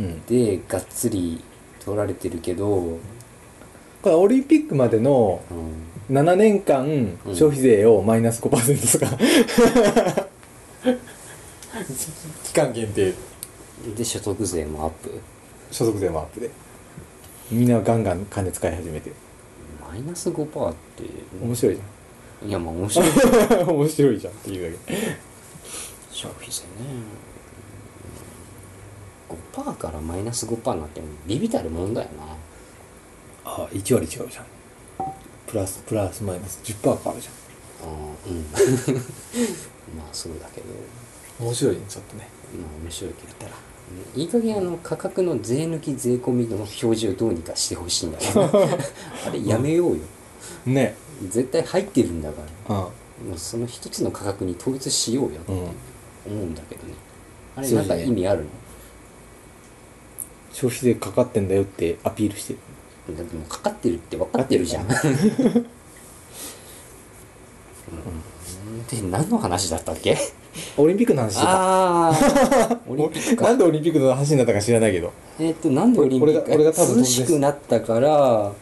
うんでがっつり取られてるけど、うんこれオリンピックまでの7年間うん消費税をマイナス5%とか [LAUGHS] 期間限定で所得税もアップ所得税もアップでみんなガンガン金使い始めてマイナス5%って面白いじいやまあ面白い [LAUGHS] ゃん [LAUGHS] 面白いじゃんっていうだけ消費税ね5%からマイナス5%なんてビビたるもんだよなああ1割違うじゃんプラスプラスマイナス10%変わるじうん [LAUGHS] まあそうだけどゃん面白いねちょっとねまあ面白いけどいい加減あの価格の税抜き税込みの表示をどうにかしてほしいんだけど [LAUGHS] あれやめようよね絶対入ってるんだからうんもうその一つの価格に統一しようよってうん思うんだけどね、あれそうなでんすねか意味あるの消費税かかってんだよってアピールしてるだってもうかかってるって分かってるじゃんうんで何の話だったっけオリンピックの話してたああ [LAUGHS] オリンピックかなんでオリンピックの話になったか知らないけどえっとなんでオリンピック俺俺が俺が多分涼しくなったから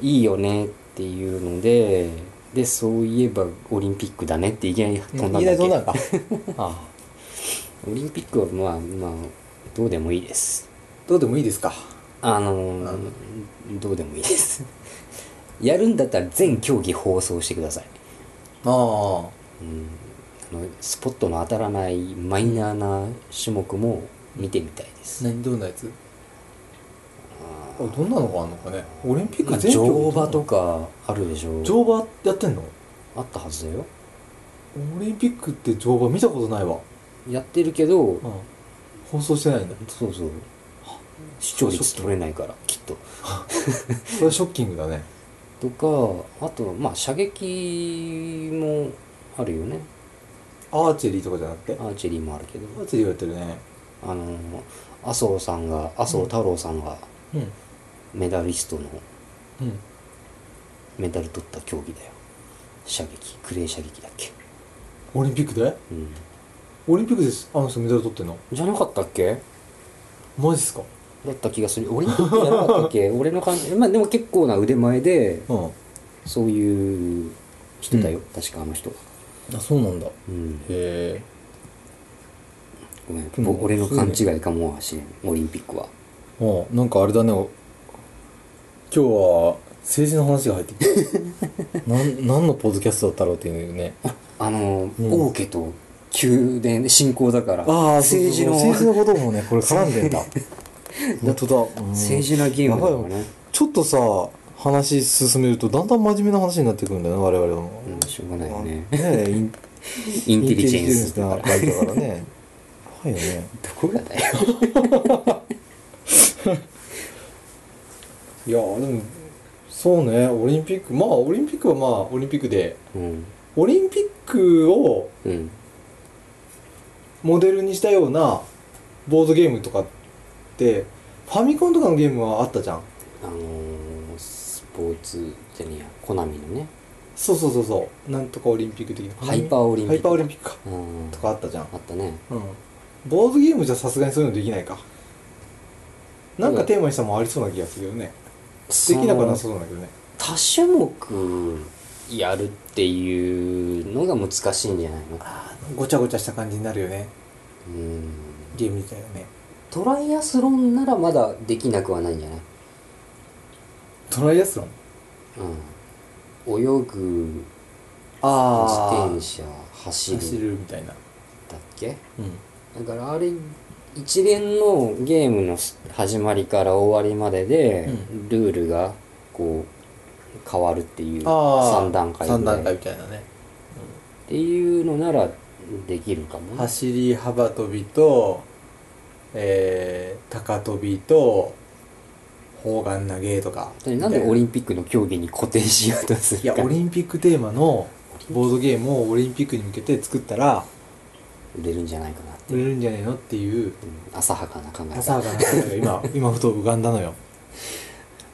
いいよねっていうのででそういえばオリンピックだねっていきなり飛んだんだっいきけなりどうなんか [LAUGHS] ああ [LAUGHS] オリンピックはまあまあどうでもいいですどうでもいいですかあのーどうでもいいですやるんだったら全競技放送してください、ああうん、あのスポットの当たらないマイナーな種目も見てみたいです。何どんなやつああどんなのがあるのかねオリンピッーまクあ全競乗馬とかあるでしょ乗馬やってんのあったはずだよ。オリンピックって乗馬見たことないわ、やってるけど、うん、放送してないんだそうそう。視聴率取れないから、きっと。それはショッキング [LAUGHS] だねとか、あと、まあ、射撃もあるよね。アーチェリーとかじゃなくてアーチェリーもあるけど。アーチェリーはやってるねあの、麻生さんが、麻生太郎さんがうんメダリストのうんメダル取った競技だよ。射撃、クレー射撃だっけ。オリンピックでうん。オリンピックですあの人メダル取ってんのじゃなかったっけマジっすかだった気がする。オリンピックじゃなかったっ [LAUGHS] け俺の感じ。まあでも結構な腕前で、うんそういう人だよ。確かあの人。あそうなんだへうん。えごめんうんぼ俺の勘違いかもしれんオリンピックはあなんかあれだねお今日は政治の話が入ってきた [LAUGHS] なん何のポッドキャストだったろうっていうねあの、うん王家と宮殿で信仰だからああ政治の政治のこともねこれ絡 [LAUGHS] んでんだ本当だ、うん政治なゲームだからやばいねよ、ちょっとさ話進めるとだんだん真面目な話になってくるんだよね我々も、うん、しょうがないよねねえインインテリジェンスなだだからからねはいよねどこがだよいやでもそうねオリンピックまあオリンピックはまあオリンピックでうんオリンピックをうんモデルにしたようなボードゲームとかってファミコンとかのゲームはあったじゃんあのー、スポーツじゃねえやコナミのねそうそうそうそうなんとかオリンピック的なハイパーオリンピックハイパーオリンピックかうんとかあったじゃんあったねうんボードゲームじゃさすがにそういうのできないかなんそかうだテーマにしたもんありそうな気がするよねできなくはなさそのそうだけどね多種目やるっていうのが難しいんじゃないのごちゃごちゃした感じになるよねうんゲームみたいなねトライアスロンならまだできなくはないんじゃないトライアスロンうん、泳ぐ自あ転あ車走る走るみたいなだっけうんだからあれ一連のゲームの始まりから終わりまでで、ルールがこう変わるっていうああ3段階3ぐら段い階っみたいなねていうのならできるかもね走り幅跳びと、えー、高跳びと砲丸投げとかでなんでオリンンピックの競技に固定しようとすいるやかオリンピックテーマのボードゲームをオリンピックに向けて作ったら売れるんじゃないかなって売いう、れるんじゃないのっていううん浅はかな考え浅方はかな考え [LAUGHS] が今今ふと浮かんだのよ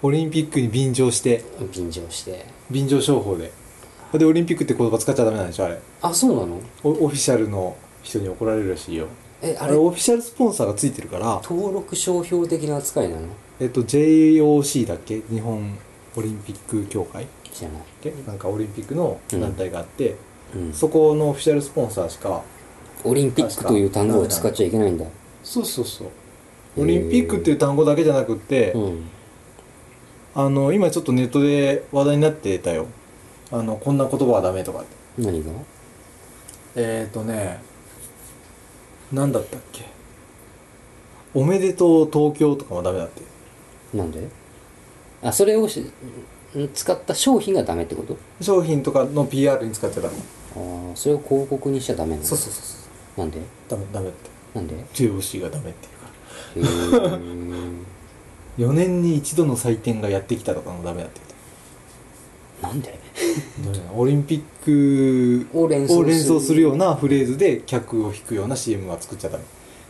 オリンピックに便乗して便乗して便乗商法ででオリンピックって言葉使っちゃダメなんでしょあれあそうなのおオフィシャルの人に怒られるらしいよえああれれオフィシャルスポンサーがついてるから登録商標的な扱いなのえっと JOC だっけ日本オリンピック協会だっ知らないけなんかオリンピックの団体があって、うんそこのオフィシャルスポンサーしかオリンピックという単語を使っちゃいけないんだ。そうそうそうへーオリンピックっていう単語だけじゃなくって、うん。あの今ちょっとネットで話題になってたよあのこんな言葉はダメとかって何がえっ、ー、とね何だったっけおめでとう東京とかもダメだってなんであ、それをしん使った商品がダメってこと商品とかの PR に使っちゃダメああ、それを広告にしちゃダメなのそうそうそうそうう。なんでダメダメってなん [LAUGHS] でへ JOC がダメっていうからえ。な4年に一度の祭典がやってきたとかもダメだってんで言ってオリンピックを連を連想するような。なフレーズで客を引くような CM は作っちゃダメ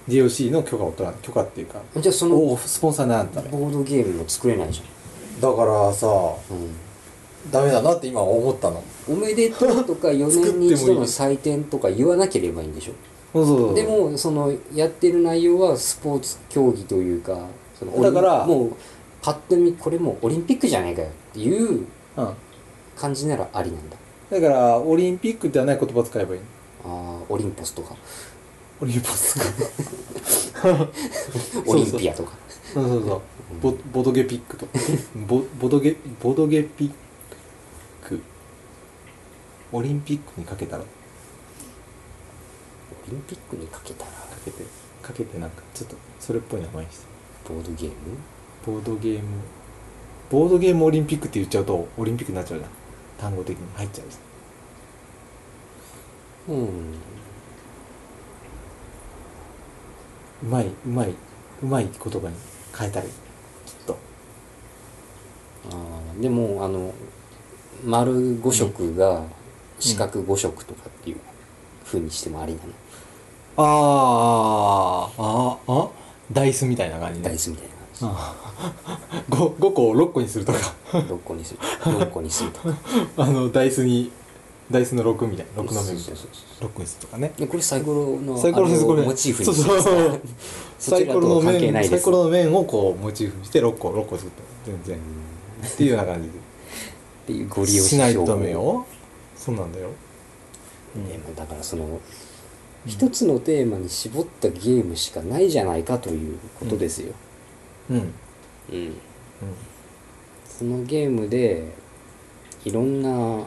DOC の許可を取らない許可っていうか [LAUGHS] じゃあそのをスポンサーにならないとダメボードゲームも作れないじだからさゃん。うん。ダメだなって今思ったのおめでとうと [LAUGHS] か4年に一度作ってもいのい祭典とか言わなければいいんでしょそうそうそうでもそのやってる内容はスポーツ競技というかそのオリンだからもうパッと見これもうオリンピックじゃないかよっていううん感じならありなんだだからオリンピックではない言葉使えばいいあーオリンポスとかオリンポ [LAUGHS] スオリンピアアとかそうそうそうボボドゲピッ [LAUGHS] クとかボボドゲボドゲピックオリンピックにかけたらリンピックにかけたらかけてかけてなんかちょっとそれっぽい名前にしてボードゲームボードゲームボードゲームオリンピックって言っちゃうとオリンピックになっちゃうじゃん単語的に入っちゃうじうんゃんうまいうまいうまい言葉に変えたりきっとあーでもあの丸5色が四角5色とかっていうふうにしてもありなの、あーあーあダイスみたいな感じダイススみたいな感あ 5, 5個を6個にするとかじ6個にする4個にすると [LAUGHS] かあのダイスにダイスの6みたいな6の目みたいそうなそうそう6個にするとかねでこれサイコロのサイコロのあれをこれモチーフそにうしてそうそうそちらとは関係ないサでイすコロの面をこうモチーフにして6個6個作った全然っていうような感じでっていうご利用しないとダメよそうなんだよ、でもだからその一つのテーマに絞ったゲームしかないじゃないかということですよ、うんうんうん、そのゲームでいろんな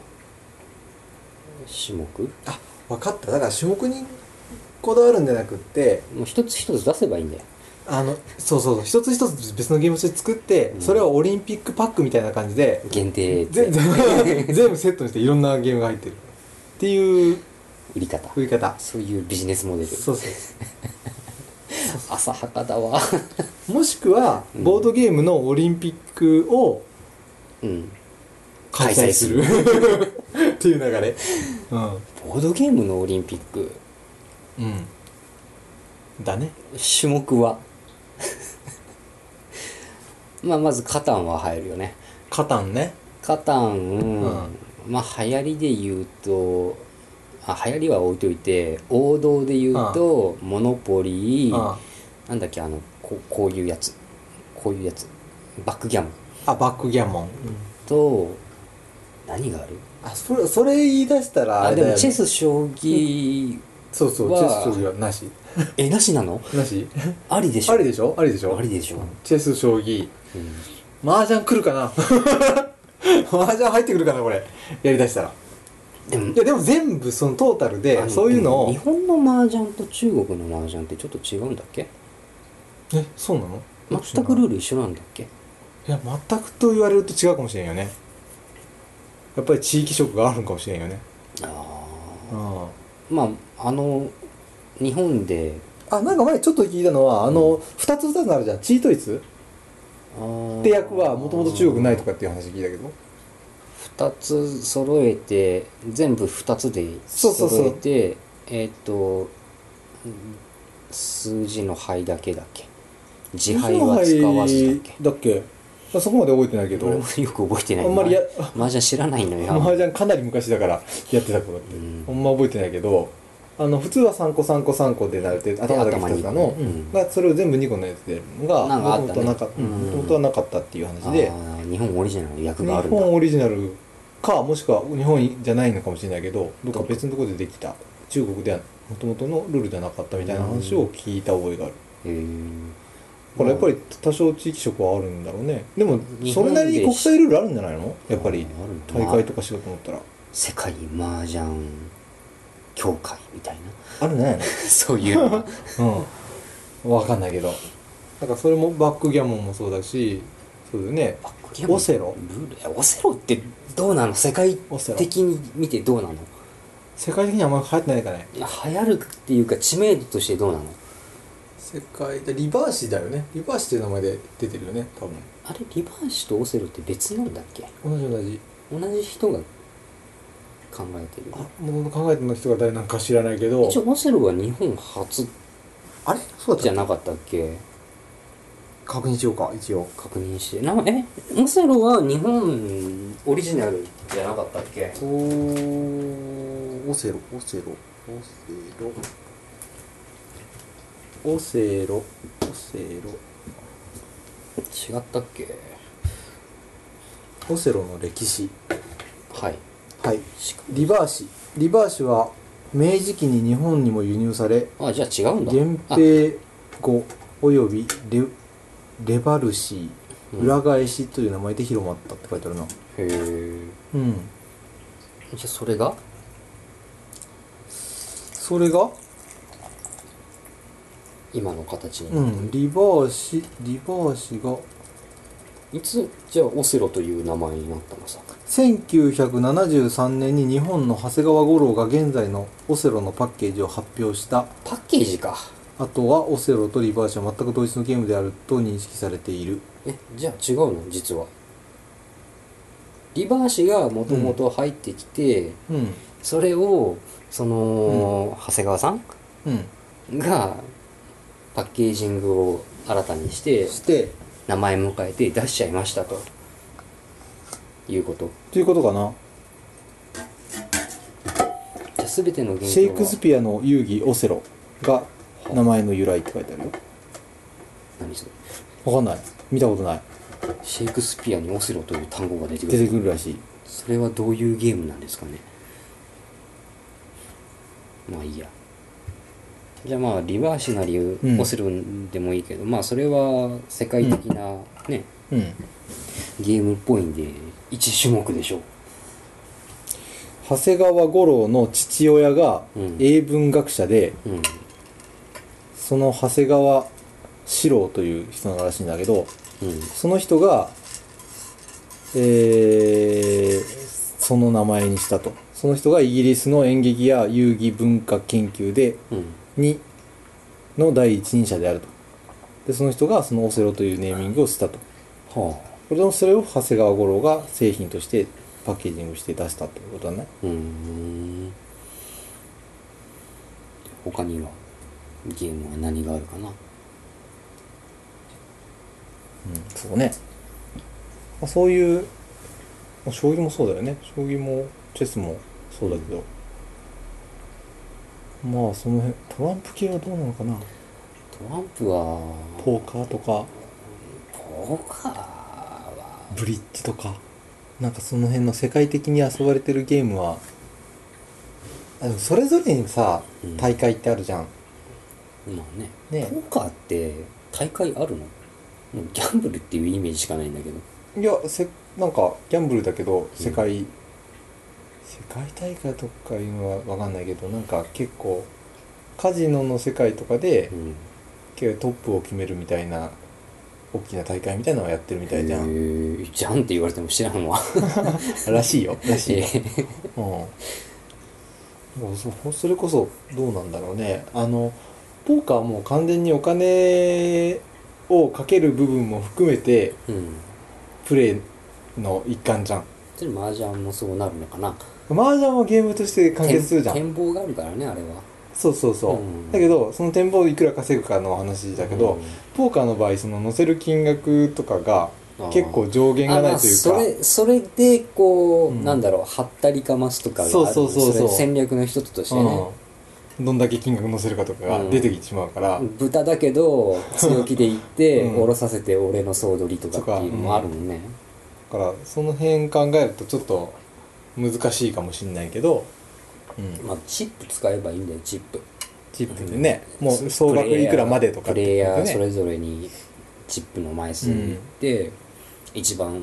種目あ分かっただから種目にこだわるんじゃなくってもう一つ一つ出せばいいんだよあのそうそうそう一つ一つ別のゲームとして作って、うんそれをオリンピックパックみたいな感じで限定って全部全部セットにしていろんなゲームが入ってるっていう売り方売り方そういうビジネスモデルそうそう浅はかだわもしくはうんボードゲームのオリンピックをうん開催す [LAUGHS] るっていう流れうボードゲームのオリンピックん、うん、だね種目は [LAUGHS] まあまずカタンは入るよねカタンねカタン、んまあ流行りで言うとあ流行りは置いといて王道で言うと、モノポリー、あなんだっけあのここういうやつこういうやつバックギャモンあバックギャモン、と何があるあそれそれ言い出したらあれでだよもねチェス将棋そうそうはチェス将棋はなしえなしなのな [LAUGHS] しありでしょありでしょありでしょありでしょチェス将棋うん麻雀来るかな麻雀入ってくるかなこれやりだしたらでもいやでも全部そのトータルあでのそういうのでもを日本の麻雀と中国の麻雀ってちょっと違うんだっけえそうなの全くルール一緒なんだっけいや全くと言われると違うかもしれんよねやっぱり地域色があるんかもしれんよねあああまああの日本であなんか前ちょっと聞いたのはあの、二つ二つあるじゃんチートイツっって役はもともと中国ないとかっていう話聞いたけど2つ揃えて全部2つでそうそうそう揃えてえっ、とうん数字の牌だけだっけ自牌は使わずだっけだっけまあそこまで覚えてないけど俺もよく覚えてないあんまりやマージャン知らないのよ麻雀かなり昔だからやってた頃って、うんほんま覚えてないけどあの普通は3個3個3個でなるって頭だけ2つなの、頭にうんがそれを全部2個のやつでがなんかあもっとたもねとなかったうん元々はなかったっていう話であー日本オリジナルの役日があるんだ本オリジナルかもしくは日本じゃないのかもしれないけどどっか別のところでできた中国ではもともとのルールではなかったみたいな話を聞いた覚えがある。へーだからやっぱり多少地域色はあるんだろうねでも日そ本れでなりに国際ルールあるんじゃないのやっぱりあーあるんだ大会とかしようと思ったら世界麻雀協会みたい [LAUGHS] あるねなそういうのがうん分かんないけどだからそれもバックギャモンもそうだしそうだよねバックギャモンオセロルールえオセロってどうなの世界オセロ的に見てどうなの世界的にはあんまり流行ってないからね流行るっていうか知名度としてどうなの世界でリバーシだよねリバーシという名前で出てるよね多分あれリバーシとオセロって別なんだっけ同じ同じ同じ人が考えてるあもう考えてる人が誰なんか知らないけど一応オセロは日本初あれそうじだゃったなかったっけ確認しようか一応確認してなえオセロは日本オリジナルじゃなかったっけおオセロオセロオセロオセロオセロ違ったっけオセロの歴史はいはいしかリバーシリバーシは明治期に日本にも輸入されあじゃあ違うんだ源あ平語およびレレバルシーうん裏返しという名前で広まったって書いてあるなへえうんじゃあそれがそれが今の形に、うんリバーシリバーシがいつじゃあオセロという名前になったのさ1973年に日本の長谷川五郎が現在のオセロのパッケージを発表したパッケージかあとはオセロとリバーシは全く同一のゲームであると認識されているえじゃあ違うの実はリバーシがもともと入ってきて、うんそれをその、長谷川さんうんがパッケージングを新たにしてして名前も変えて出しちゃいましたということということかなじゃあ全ての原シェイ稿クはスピアの遊戯オセロが名前の由来って書いてあるよ何それわかんない見たことないシェイクスピアにオセロという単語が出てく出てるくるらしいそれはどういうゲームなんですかねまあいいやじゃあまあリバーシなりうんオセロでもいいけど、まあそれは世界的なね、うんゲームっぽいんで一種目でしょ長谷川五郎の父親がうん英文学者で、う、うん、その長谷川四郎という人ならしいんだけどうん、その人が、えーその名前にしたとその人がイギリスの演劇や遊戯文化研究でうん、にの第一人者であるとでその人がそのオセロというネーミングをしたとはあそれをそれを長谷川五郎が製品としてパッケージングして出したってことだねうーん他にはゲームは何があるかなうんそうね、まあ、そういうまあ将棋もそうだよね将棋もチェスもそうだけど、まあその辺トランプ系はどうなのかなトランプはポーカーとかポーカーはブリッジとかなんかその辺の世界的に遊ばれてるゲームはあのそれぞれにさうん大会ってあるじゃん、まあねねポーカーって大会あるのもうギャンブルっていうイメージしかないんだけどいやせなんかギャンブルだけど世界、世界大会とかいうのは分かんないけどなんか結構カジノの世界とかでう、ん結構トップを決めるみたいな大きな大会みたいなのをやってるみたいじゃへんーじゃんって言われても知らんわらしいよらしいえ [LAUGHS] よ、うん、でもそそれこそどうなんだろうねあのポーカーはもう完全にお金をかける部分も含めてうんプレーの一環じゃんそれ麻雀もそうなるのかな麻雀はゲームとして完結するじゃん展望があるからねあれはそうそうそう、うんだけどその展望をいくら稼ぐかの話だけど、うんポーカーの場合その載せる金額とかがあー結構上限がないというか、あまあそれそれでこう、うんなんだろうはったりかますとかがあるそうそうそうそうれ戦略の一つとしてね、うん、どんだけ金額載せるかとかが出てきてしまうから、豚だけど強気でいって、 [LAUGHS] うん下ろさせて俺の総取りとかっていうのもあるもんね、だからその辺考えるとちょっと難しいかもしれないけど、うんまあ、チップ使えばいいんだよチップチップでね、もう総額いくらまでとかプっレイてヤことーねそれぞれにチップの枚数に行って、一番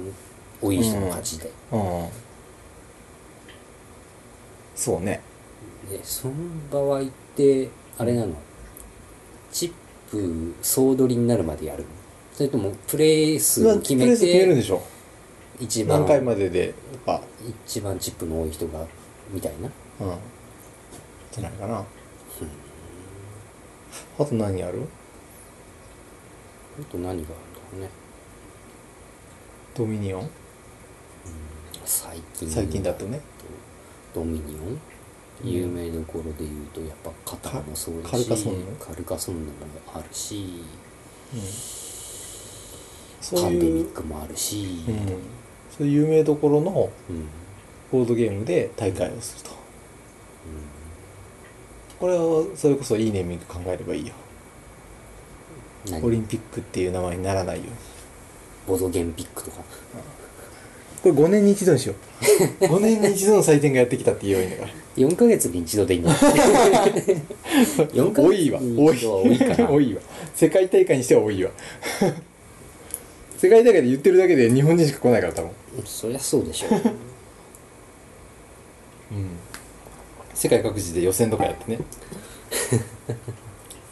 多い人の勝ちで,、うん、そうねでその場合ってあれなのチップ総取りになるまでやるのそれともプレイ数を決プレめイス決めるんでてしょ一番何回まででやっぱ一番チップの多い人がみたいなうんじゃないかなあと何あるあと何があるんだろうねドミニオン最近最近だとねドミニオン有名どころで言うとやっぱカタンもそうだしカルカソンヌカルカソンヌもあるしそうパンデいミうックもあるし、うん、そういう有名どころのうんボードゲームで大会をすると、これはそれこそいいネーミング考えればいいよ何オリンピックっていう名前にならないようにボドゲンピックとかこれ5年に一度にしよう5年に一度の祭典がやってきたって言えばいいんだから4ヶ月に一度でいい [LAUGHS] んだ四ヶ多月いわに多い一度は多いかな多いわ世界大会にしては [LAUGHS] 多いわ世界大会で言ってるだけで日本人しか来ないから多分そりゃそうでしょ [LAUGHS] 世界各地で予選とかやってね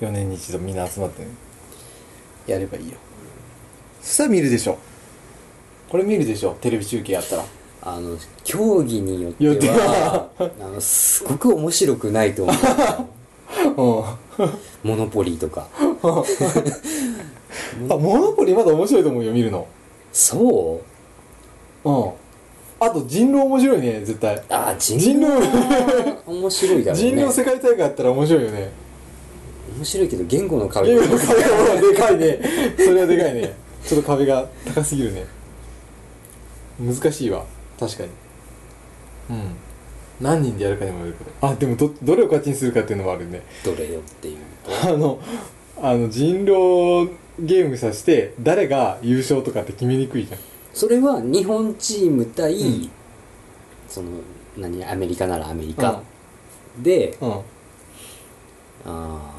4年に一度みんな集まってねやればいいよそしたら見るでしょこれ見るでしょテレビ中継やったらあの競技によってよってはあのすごく面白くないと思ううモノポリーとかんあモノポリまだ面白いと思うよ見るのそううんあと人狼面白いね絶対あ人人狼狼面白いだろうね人狼世界大会やったら面白いよね面白いけど言語のゲ壁ームの壁はでかいねそれはでかいねちょっと壁が高すぎるね難しいわ確かにうん何人でやるかにもよるけどあでもどどれを勝ちにするかっていうのもあるねどれよっていうあのあの人狼ゲームさせて誰が優勝とかって決めにくいじゃんそれは日本チーム対、うんその何アメリカならアメリカ、で、うんうんあ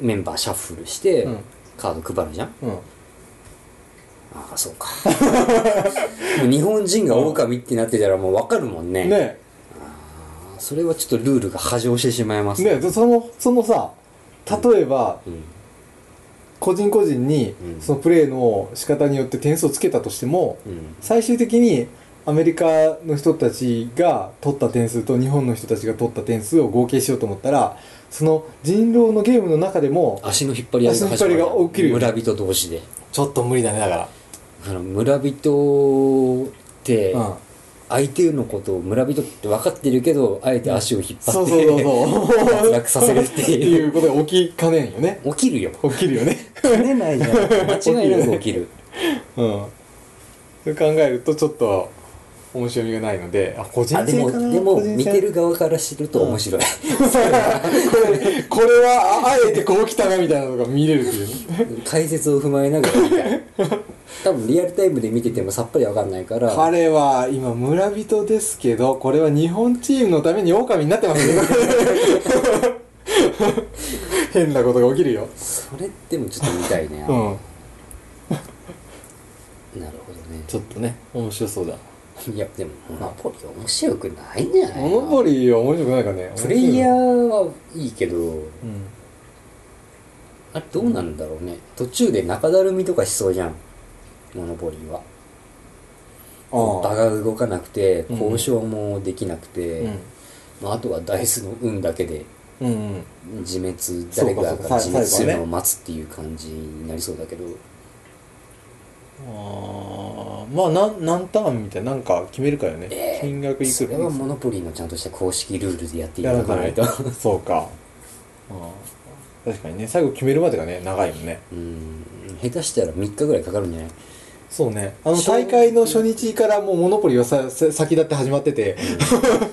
ーメンバーシャッフルして、うんカード配るじゃんうんああそうか [LAUGHS] もう日本人が狼ってなってたらもう分かるもんねねそれはちょっとルールが波状してしまいますねそのそのさ例えばうん個人個人にうんそのプレーの仕方によって点数をつけたとしても、うん最終的にアメリカの人たちが取った点数と日本の人たちが取った点数を合計しようと思ったらその人狼のゲームの中でも足の引っ張り合いが足の引っ張りが起きるよね村人同士でちょっと無理だねだかあの村人って、ら、うん、相手のことを村人って分かってるけどあえて足を引っ張そうっそうそうてそう脱落させるってっていういうことが起きかねんよね起きるよ起きるよね取れないじゃん間違いなく起きるうんそう考えるとちょっと面白みがないのであ個人あで戦もかなで個も人戦見てる側からすると面白い、 [LAUGHS] これはああえてこう来たなみたいなのが見れるっていうね解説を踏まえながら見たい多分リアルタイムで見ててもさっぱり分かんないから彼は今村人ですけどこれは日本チームのために狼になってま [LAUGHS] すよ変なことが起きるよそれでもちょっと見たいね、うんなるほどねちょっとね面白そうだいやでもモノポリは面白くないんじゃないモノポリリーは面白くないかねプレイヤー面はいいけど白いうんあれどうなんだろうね途中で中だるみとかしそうじゃんモノポリは場ああが動かなくてうん交渉もできなくて、まあ、あとはダイスの運だけでうんうん自滅そう誰かかそうがか自滅する最後のはを待つっていう感じになりそうだけど、あーまあなん何ターンみたいななんか決めるからね、えー金額いそくれらはモノポリのちゃんとした公式ルールでやっていやたらだかかなないいととそうかうん確かにね最後決めるまでがね長いもんねうん下手したら3日ぐらいかかるんじゃないそうねあの初大会の初日からもうモノポリはささ先立って始まってて、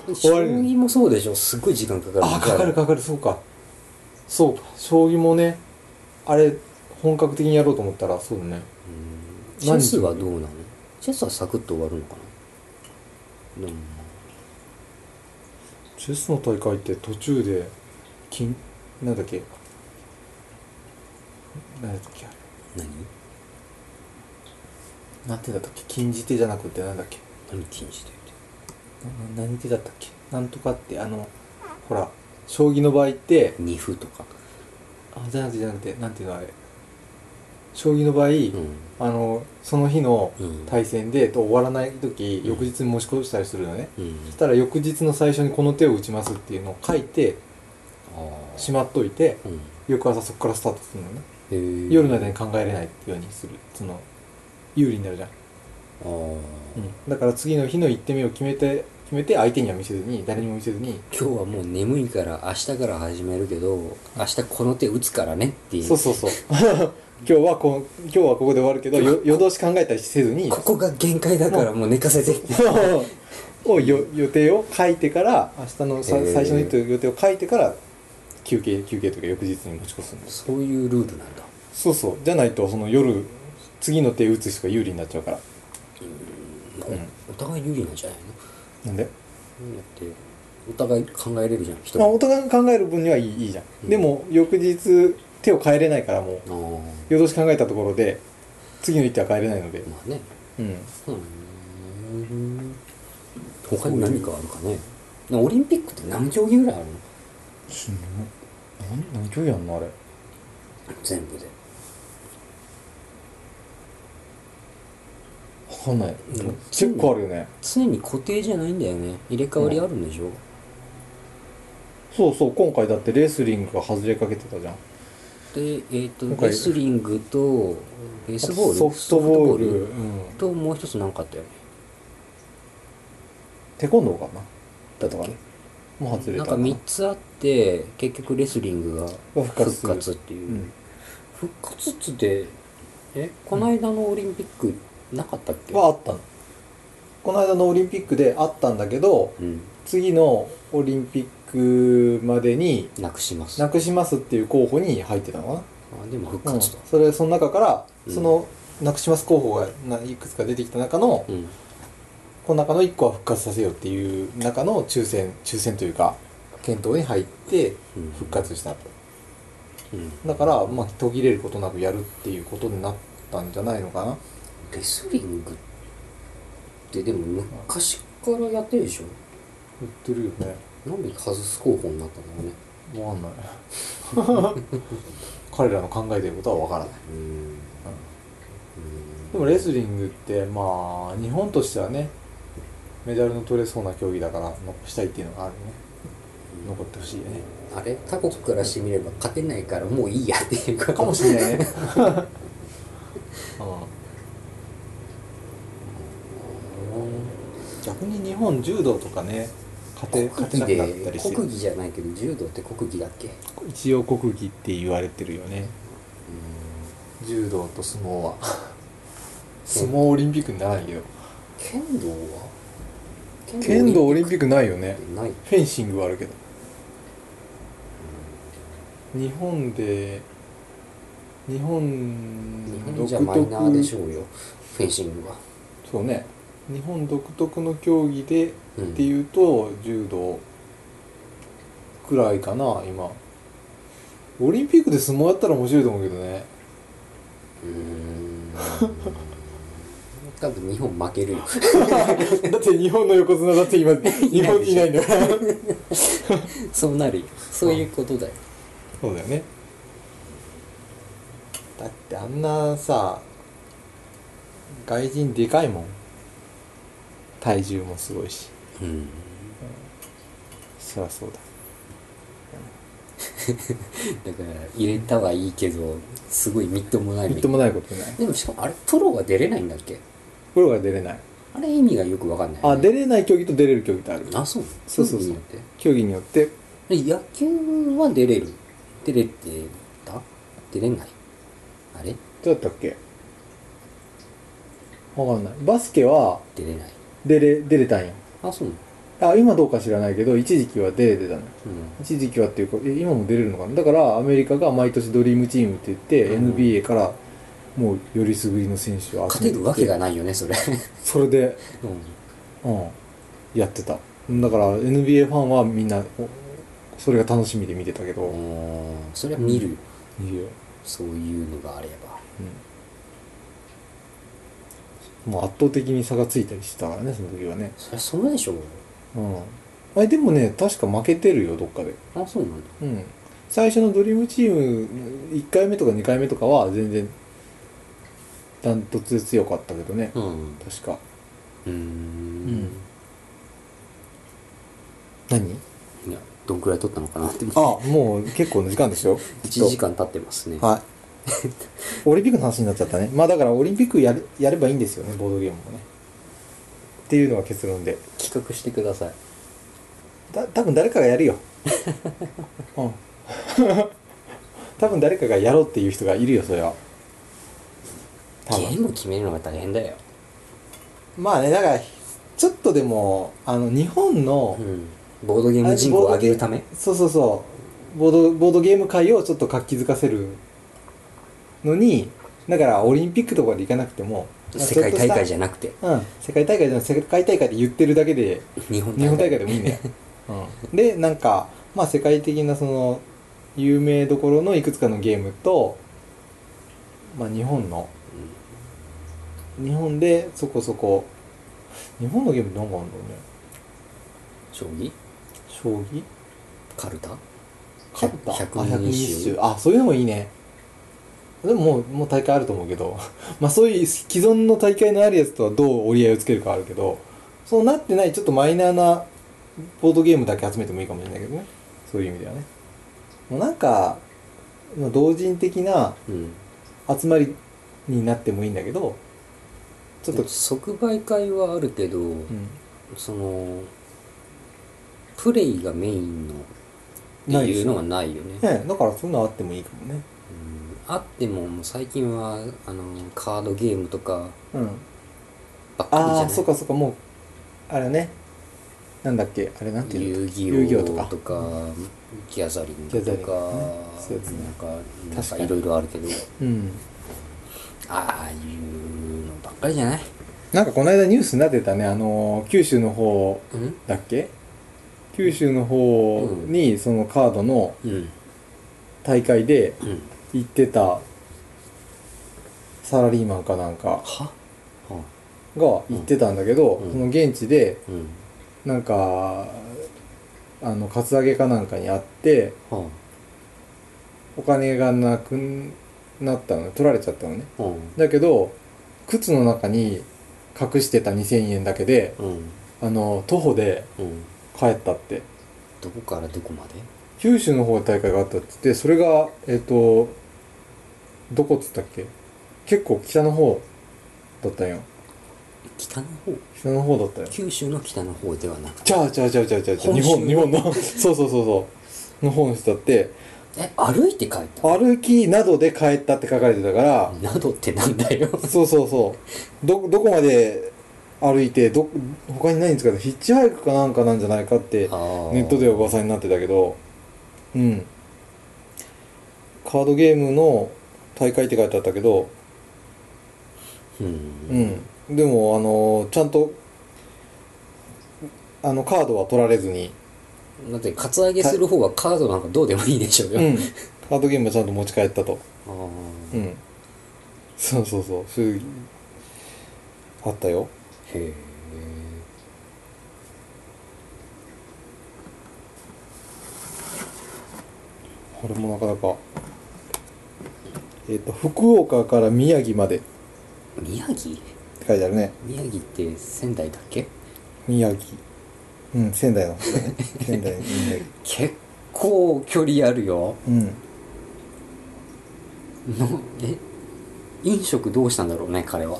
終将わり棋もそうでしょすっごい時間かかるあかかるかかるそうかそうか将棋もねあれ本格的にやろうと思ったらそうだねうんチェスはどうなのチェスはサクッと終わるのかなでもチェスの大会って途中で金なんだっけ何だっけあれ何なんてだったっけ金字手じゃなくてなんだっけ何禁止とな何手だったっけなんとかってあのほら将棋の場合って言って二歩とかあじゃなくてじゃなくてなんていうのあれ将棋の場合、うあのその日のんうん対戦でと終わらない時、うん翌日に持ち越したりするのねうんそしたら翌日の最初にこの手を打ちますっていうのを書いてあーしまっといてうん翌朝そこからスタートするのね、へー夜の間に考えれないようにするその有利になるじゃん、あーうん、だから次の日の1手目を決めて決めて相手には見せずに誰にも見せずに今日はもう眠いから明日から始めるけど明日この手打つからねっていそううそう [LAUGHS] そう今日はこう今日はここで終わるけどよ夜通し考えたりせずにここが限界だからもう寝かせて [LAUGHS] をよ予定を書いてから明日のさへー最初の日という予定を書いてから休憩休憩というか翌日に持ち越すんですそういうルールなんだそうそうじゃないとその夜次の手打つ人が有利になっちゃうからうんお互い有利なんじゃないなんで、のだってお互い考えれるじゃん人まあ、お互いが考える分にはいいいいじゃん、うんでも翌日手を変えれないからもうあー夜通し考えたところで次の一手は変えれないのでまあねうんうん他に何かあるかねオリンピックって何競技ぐらいあるの何何距離やんのあれ全部でわかんないうん結構あるよね常に固定じゃないんだよね入れ替わりあるんでしょ、そうそう今回だってレスリングが外れかけてたじゃんでえっ、と今回レスリングとベースボールソフトボールソフトうんともう一つなんかあったよねテコンドーかなだとかねもう外れなんたか3つあって結局レスリングが復活す復る活っていうう、ん復活っつってえこの間のオリンピックなかったっけ、はあったのこの間のオリンピックであったんだけどうん次のオリンピックまでになくしますなあくしますっていう候補に入ってたのかなでも復うん、活と、それその中から、うんそのなくします候補がないくつか出てきた中の、うんこの中の1個は復活させようっていう中の抽選抽選というか検討に入ってうん復活したとうんだから、まあ、途切れることなくやるっていうことになったんじゃないのかなレスリングってでも昔からやってるでしょ言ってるよねなんで外す候補になったんだろうねわかんない [LAUGHS] 彼らの考えてることはわからないうんでもレスリングってまあ日本としてはねメダルの取れそうな競技だから残したいっていうのがあるね残ってほしいねあれ他国からしてみれば勝てないからもういいやっていうかかもしれない [LAUGHS] ねうん逆に日本柔道とかね勝て勝て国技なくなったでりして国技じゃないけど柔道って国技だっけ一応国技って言われてるよね柔道と相撲は [LAUGHS] 相撲オリンピックにならないけど剣道は剣道オリンピピックないよねックないフェンシングはあるけど日本で日日本本独じゃマイナーでし特ょうよフェンシングはそうね日本独特の競技でうんっていうと柔道くらいかな今オリンピックで相撲やったら面白いと思うけど [LAUGHS] ねうーん多分日本負けるよ [LAUGHS] だって日本の横綱だって今日本にいないんだからそうなるよそういうことだよそうだよねだってあんなさ外人でかいもん体重もすごいしうんそりゃそうだだから入れたはいいけどすごいみっともないみっともないことないでもしかもあれプロが出れないんだっけプロが出れないあれ意味がよくわかんない、あ出れない競技と出れる競技ってあるあそうそうそうそう競技によって競技にでよって野球は出れる出れてた出れないあれどうだったっけわかんないバスケは出れない出れ出れたんやあそうなあ今どうか知らないけど一時期は出れてたのの一時期はっていうかえ今も出れるのかなだからアメリカが毎年ドリームチームって言って、うん NBA からもうよりすぐりの選手うんを集勝めててるわけがないよねそれ、それで、 [LAUGHS] うん、うん、やってただから NBA ファンはみんなおそれが楽しみで見てたけど、おーそれは見るよいいよそういうのがあればうん、もう圧倒的に差がついたりしてたからねその時はね、そりゃそうでしょううん、あれでもね確か負けてるよどっかで、あそうなんだうん、最初のドリームチーム1回目とか2回目とかは全然ダントツで強かったけどね、うん確かうーん何いやどんくらい取ったのかなってあもう結構の時間でしょきっ1と時間経ってますねはい [LAUGHS] オリンピックの話になっちゃったねまあだからオリンピックやるやればいいんですよねボードゲームもねっていうのが結論で企画してくださいだ多分誰か [LAUGHS] がやるよ、うん、 [LAUGHS] 多分誰かがやろうっていう人がいるよそれは多ゲー分ム決めるのが大変だよまあねだからちょっとでもあの日本の、うんボードゲーム人口を上げるためそうそうそうボードボードゲーム界をちょっと活気づかせるのにだからオリンピックとかで行かなくても世界大会じゃゃなくてうん世界大会じゃない世界大会で言ってるだけで日本日大本大会会でもいいんだよ、うん、でなんかまあ世界的なその有名どころのいくつかのゲームと、まあ、日本の日本でそこそこ日本のゲームって何かあるんだろうね将棋将棋カルタ勝った100あ120 120あそういうのもいいねでももうもう大会あると思うけど [LAUGHS] まあそういう既存の大会のあるやつとはどう折り合いをつけるかはあるけどそうなってないちょっとマイナーなボードゲームだけ集めてもいいかもしれないけどねそういう意味ではねもうなんかまあ同人的なうん集まりになってもいいんだけどちょっと、即売会はあるけど、うん、そのプレイがメインのなっていでいすうのはないよねねだからそういうのあってもいいかもうねんあってももう最近はあのカードゲームとかうんばっかりじゃあなあいそっかそっかもうあれねなんだっけあれなんていうの遊遊戯戯王王ととかかギャザリングギャザリとングかとかねそういうやつねなんかなん確かかにいろいろあるけどうんああいうのばっかりじゃないなんかこの間ニュースになってたねあのー九州の方うんだっけ九州の方にそのカードのうん大会でうん行ってたサラリーマンかなんかははが行ってたんだけど、うんその現地でうんなんかあのカツアゲかなんかにあってはお金がなくなったの取られちゃったのねあうんだけど靴の中に隠してた2000円だけでうんあの徒歩でうん帰ったってどこからどこまで九州の方で大会があったって言ってそれがえっ、とどこっつったっけ結構北の方だったんよ北の方北の方だったよ九州の北の方ではなくてちゃうちゃうちゃうちゃうちゃうちゃう日本州本日本 [LAUGHS] のそうそうそうそうの方の人だってえ歩いて帰った歩きなどで帰ったって書かれてたから、などってなんだ [LAUGHS] よそうそうそうどどこまで歩いてど他に何に使ってヒッチハイクかなんかなんじゃないかってネネットでは噂になってたけどうんカードゲームの大会って書いてあったけどうんうんでもあのちゃんとあのカードは取られずに、だってカツアゲする方はカードなんかどうでもいいでしょうよ、うん、カードゲームはちゃんと持ち帰ったとあうーへんそうそうそうそういうあったよえこれもなかなかえっ、と福岡から宮城までって宮城書いてあるね宮城って仙台だっけ宮城うん仙台の方だね仙台の宮城結構距離あるようんのえ飲食どうしたんだろうね彼は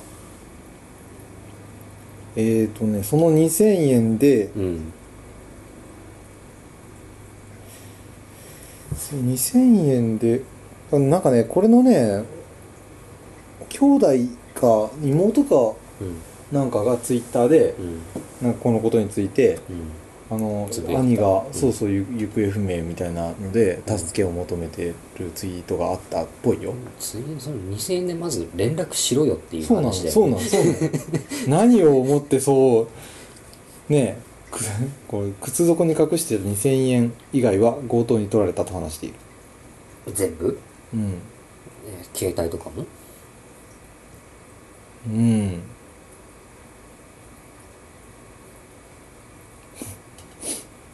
えっ、ー、とねその2000円でうん2000円でなんかねこれのね兄弟か妹かうんなんかがツイッターでうんなんかこのことについてうんあのつぶやいた兄がんそうそうゆ行方不明みたいなので助けを求めてるツイートがあったっぽいよ、ついでにその2000円でまず連絡しろよっていうそうなの話でそうなのそうなの何を思ってそうねえくこう靴底に隠してた2000円以外は強盗に取られたと話している全部、うんえー携帯とかもうん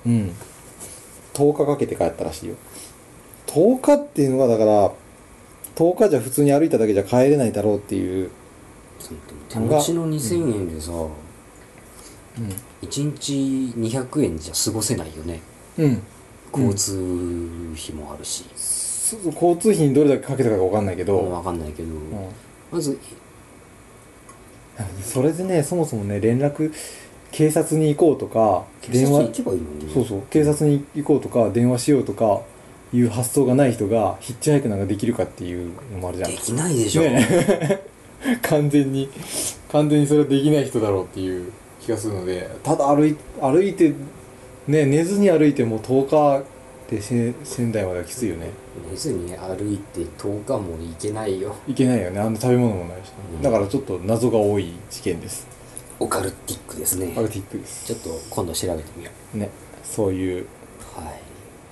うん10日かけて帰ったらしいよ10日っていうのはだから10日じゃ普通に歩いただけじゃ帰れないだろうっていう、その手持ちの2000円でさ、1日200円じゃ過ごせないよねうん、うん交通費もあるし、す交通費にどれだけかけたかが分かんないけど、もう分かんないけど、うんまずそれでねそもそもね連絡警察に行こうとか警電察に行話けばいいのにねそうそう警察に行こうとか電話しようとかいう発想がない人がヒッチハイクなんかできるかっていうのもあるじゃんできないでしょ、ね [LAUGHS] え完全に完全にそれはできない人だろうっていう気がするのでただ歩い歩いてね寝ずに歩いても10日でせ仙台まではきついよね寝ずに歩いて10日も行けないよいけないよねあの食べ物もないし、うんだからちょっと謎が多い事件ですオカルティックですねアルティックですちょっと今度調べてみよねそういううはい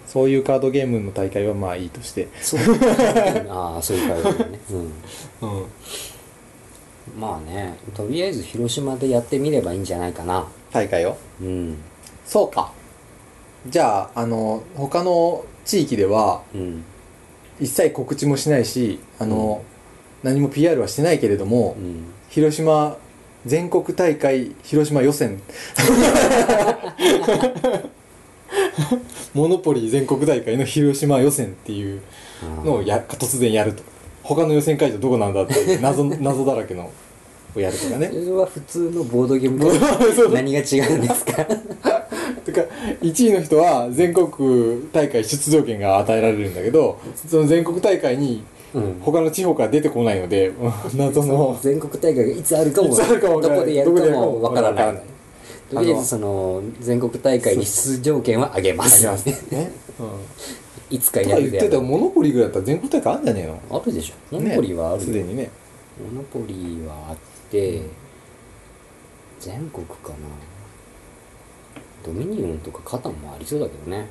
そういうカードゲームの大会はまあいいとして、そう [LAUGHS] ああそういう会話だね、ううん、ん、まあねとりあえず広島でやってみればいいんじゃないかな大会をうんそうかじゃああの他の地域ではうん一切告知もしないしあの、何も PR はしてないけれども、うん広島全国大会広島予選 [LAUGHS] モノポリー全国大会の広島予選っていうあーのをや突然やると他の予選会場どこなんだっていう謎謎だらけのをやるとかそねれは普通のボードゲームと [LAUGHS] 何が違うんですかとか1位の人は全国大会出場権が与えられるんだけどその全国大会にうん他の地方から出てこないので [LAUGHS] 謎の全国大会がいつあるかもいつあるかも分どからないこでやるかもわからないどこでやるかも分からないとりあえずその全国大会に出場権は上げますありますね、うん [LAUGHS] いつかとやか言るっでてあたろモノポリーぐらいだったら全国大会あるんじゃねえのうあるでしょモノポリーはあるすでにねモノポリーはあって全国かなドミニオンとかカタンもありそうだけどね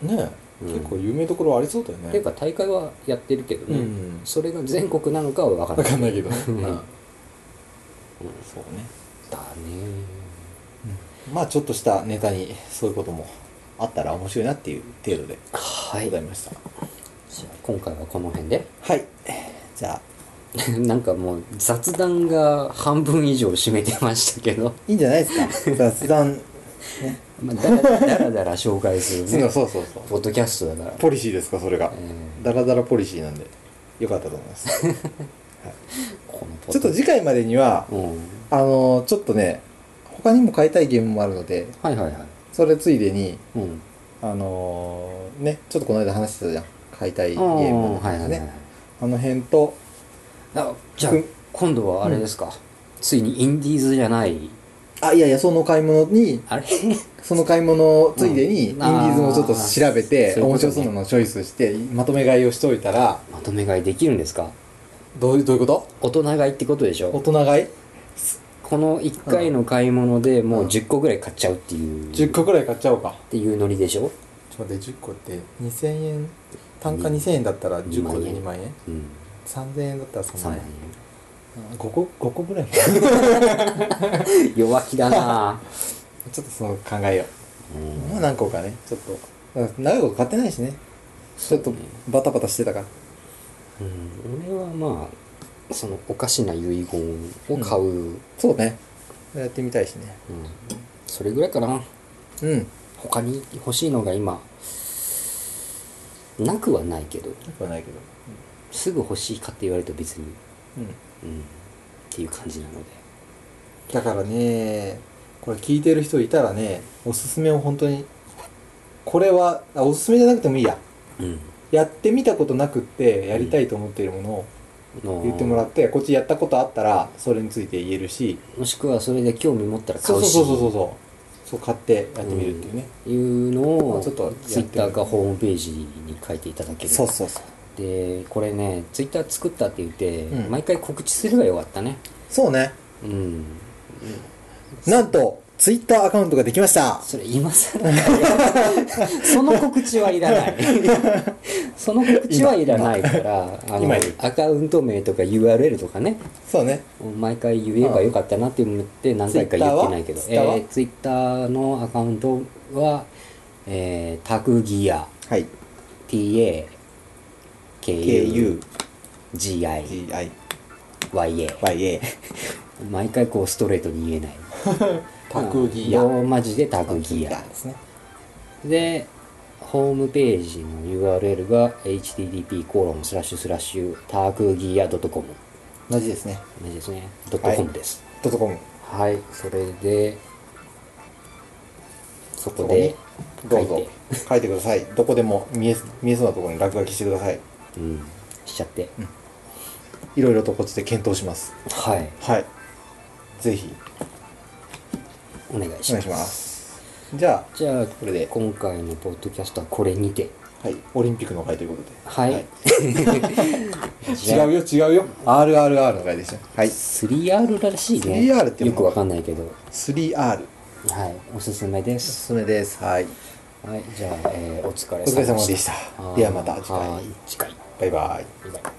ねえ、うん結構有名どころありそうだよねっていうか大会はやってるけどうね、んそれが全国なのかはわからな分いかんないけどね、うんうんそうねだねまあちょっとしたネタにそういうこともあったら面白いなっていう程度ではごいざいましたじゃあ今回はこの辺で [LAUGHS] はい、じゃあなんかもう雑談が半分以上占めてましたけどいいんじゃないですか [LAUGHS] 雑談まあだらだらだら紹介するそうねそうそうそうポッドキャストだから、ポリシーですかそれがえーダラダラポリシーなんでよかったと思います [LAUGHS] このポッドちょっと次回までにはうんあのちょっとね他にも買いたいゲームもあるのではいはいはいそれついでにうんあのーねちょっとこの間話してたじゃん買いたいゲームうのんはいはい話はいねあの辺とあじゃあうん今度はあれですか、ついにインディーズじゃないあいやいやその買い物に [LAUGHS] あれその買い物ついでにインうデんィーズもちょっと調べあーてそういうこ面とね白そうなのをチョイスしてまとめ買いをしといたらまとめ買いできるんですかどういうどういうこと大人買いってことでし大ょ人買いこの1回の買い物でもううん10個ぐらい買っちゃうっていう、 10っ個くらい買っちゃおうかていうノリでしょちょっと待って10個って2000円単価2000円だったら10個で2 2万円うん3000円だったら3 3万万円5個5個ぐらい [LAUGHS] ち円弱気だな [LAUGHS] ょっとその考えよううんまあ何個かねちょっと長いこと買ってないしねちょっとバタバタしてたからうん俺はまあそのおかしな遺言を買う、うんそうねやってみたいしねそれぐらいかなうん他に欲しいのが今なくはないけどなくはないけどすぐ欲しいかって言われると別に、うんうん、っていう感じなのでだからねこれ聞いてる人いたらねおすすめを本当にこれはあおすすめじゃなくてもいいやうんやってみたことなくってやりたいと思っているものをの言ってもらってこっちやったことあったらそれについて言えるしもしくはそれで興味持ったら買そううしそうそうそうそうそう買ってやってみるっていうね、いうのをまあちょっとやってみるツイッターかホームページに書いていただけるそうそうそうでこれねツイッター作ったって言って、うん毎回告知すればよかったねそうねうんなんとツイッターアカウントができましたそれ今更だよ [LAUGHS] その告知はいら [LAUGHS] ないその告知はいらないからあの今いるアカウント名とか URL とかねそうね毎回言えばよかったなって思って何回か言ってないけどツツイ,、イッえターはー、ツイッターのアカウントは、えー、タグギアはい TAKUGIYA KUGIYA 毎回こうストレートに言えないタクギロアーマ字でタグギアですねでホームページの URL が http コロンスラッシュスラッシュタグギア .com 同じですね同じですね .com はいですドットコムはい、それでそこそこでに書どいうぞて書いてくださいどこでも見え見えそうなところに落書きしてくださいうんしちゃって、いろいろとこっちで検討しますはいはいぜひお願いおし願ますいしますじゃじゃあこれで今回のポッドキャストはこれにてあ、はい、オリンピックの回ということではい、 [LAUGHS] じゃあ違うよ違うよ RRR の回でしたはい 3R らしいね 3R っていうよのくわかんないけど 3R はいおすすめですすすめですはいはいじゃあ、えーお疲れお疲れ様様ででししたたではまた次回はい次回バイバイバイバイ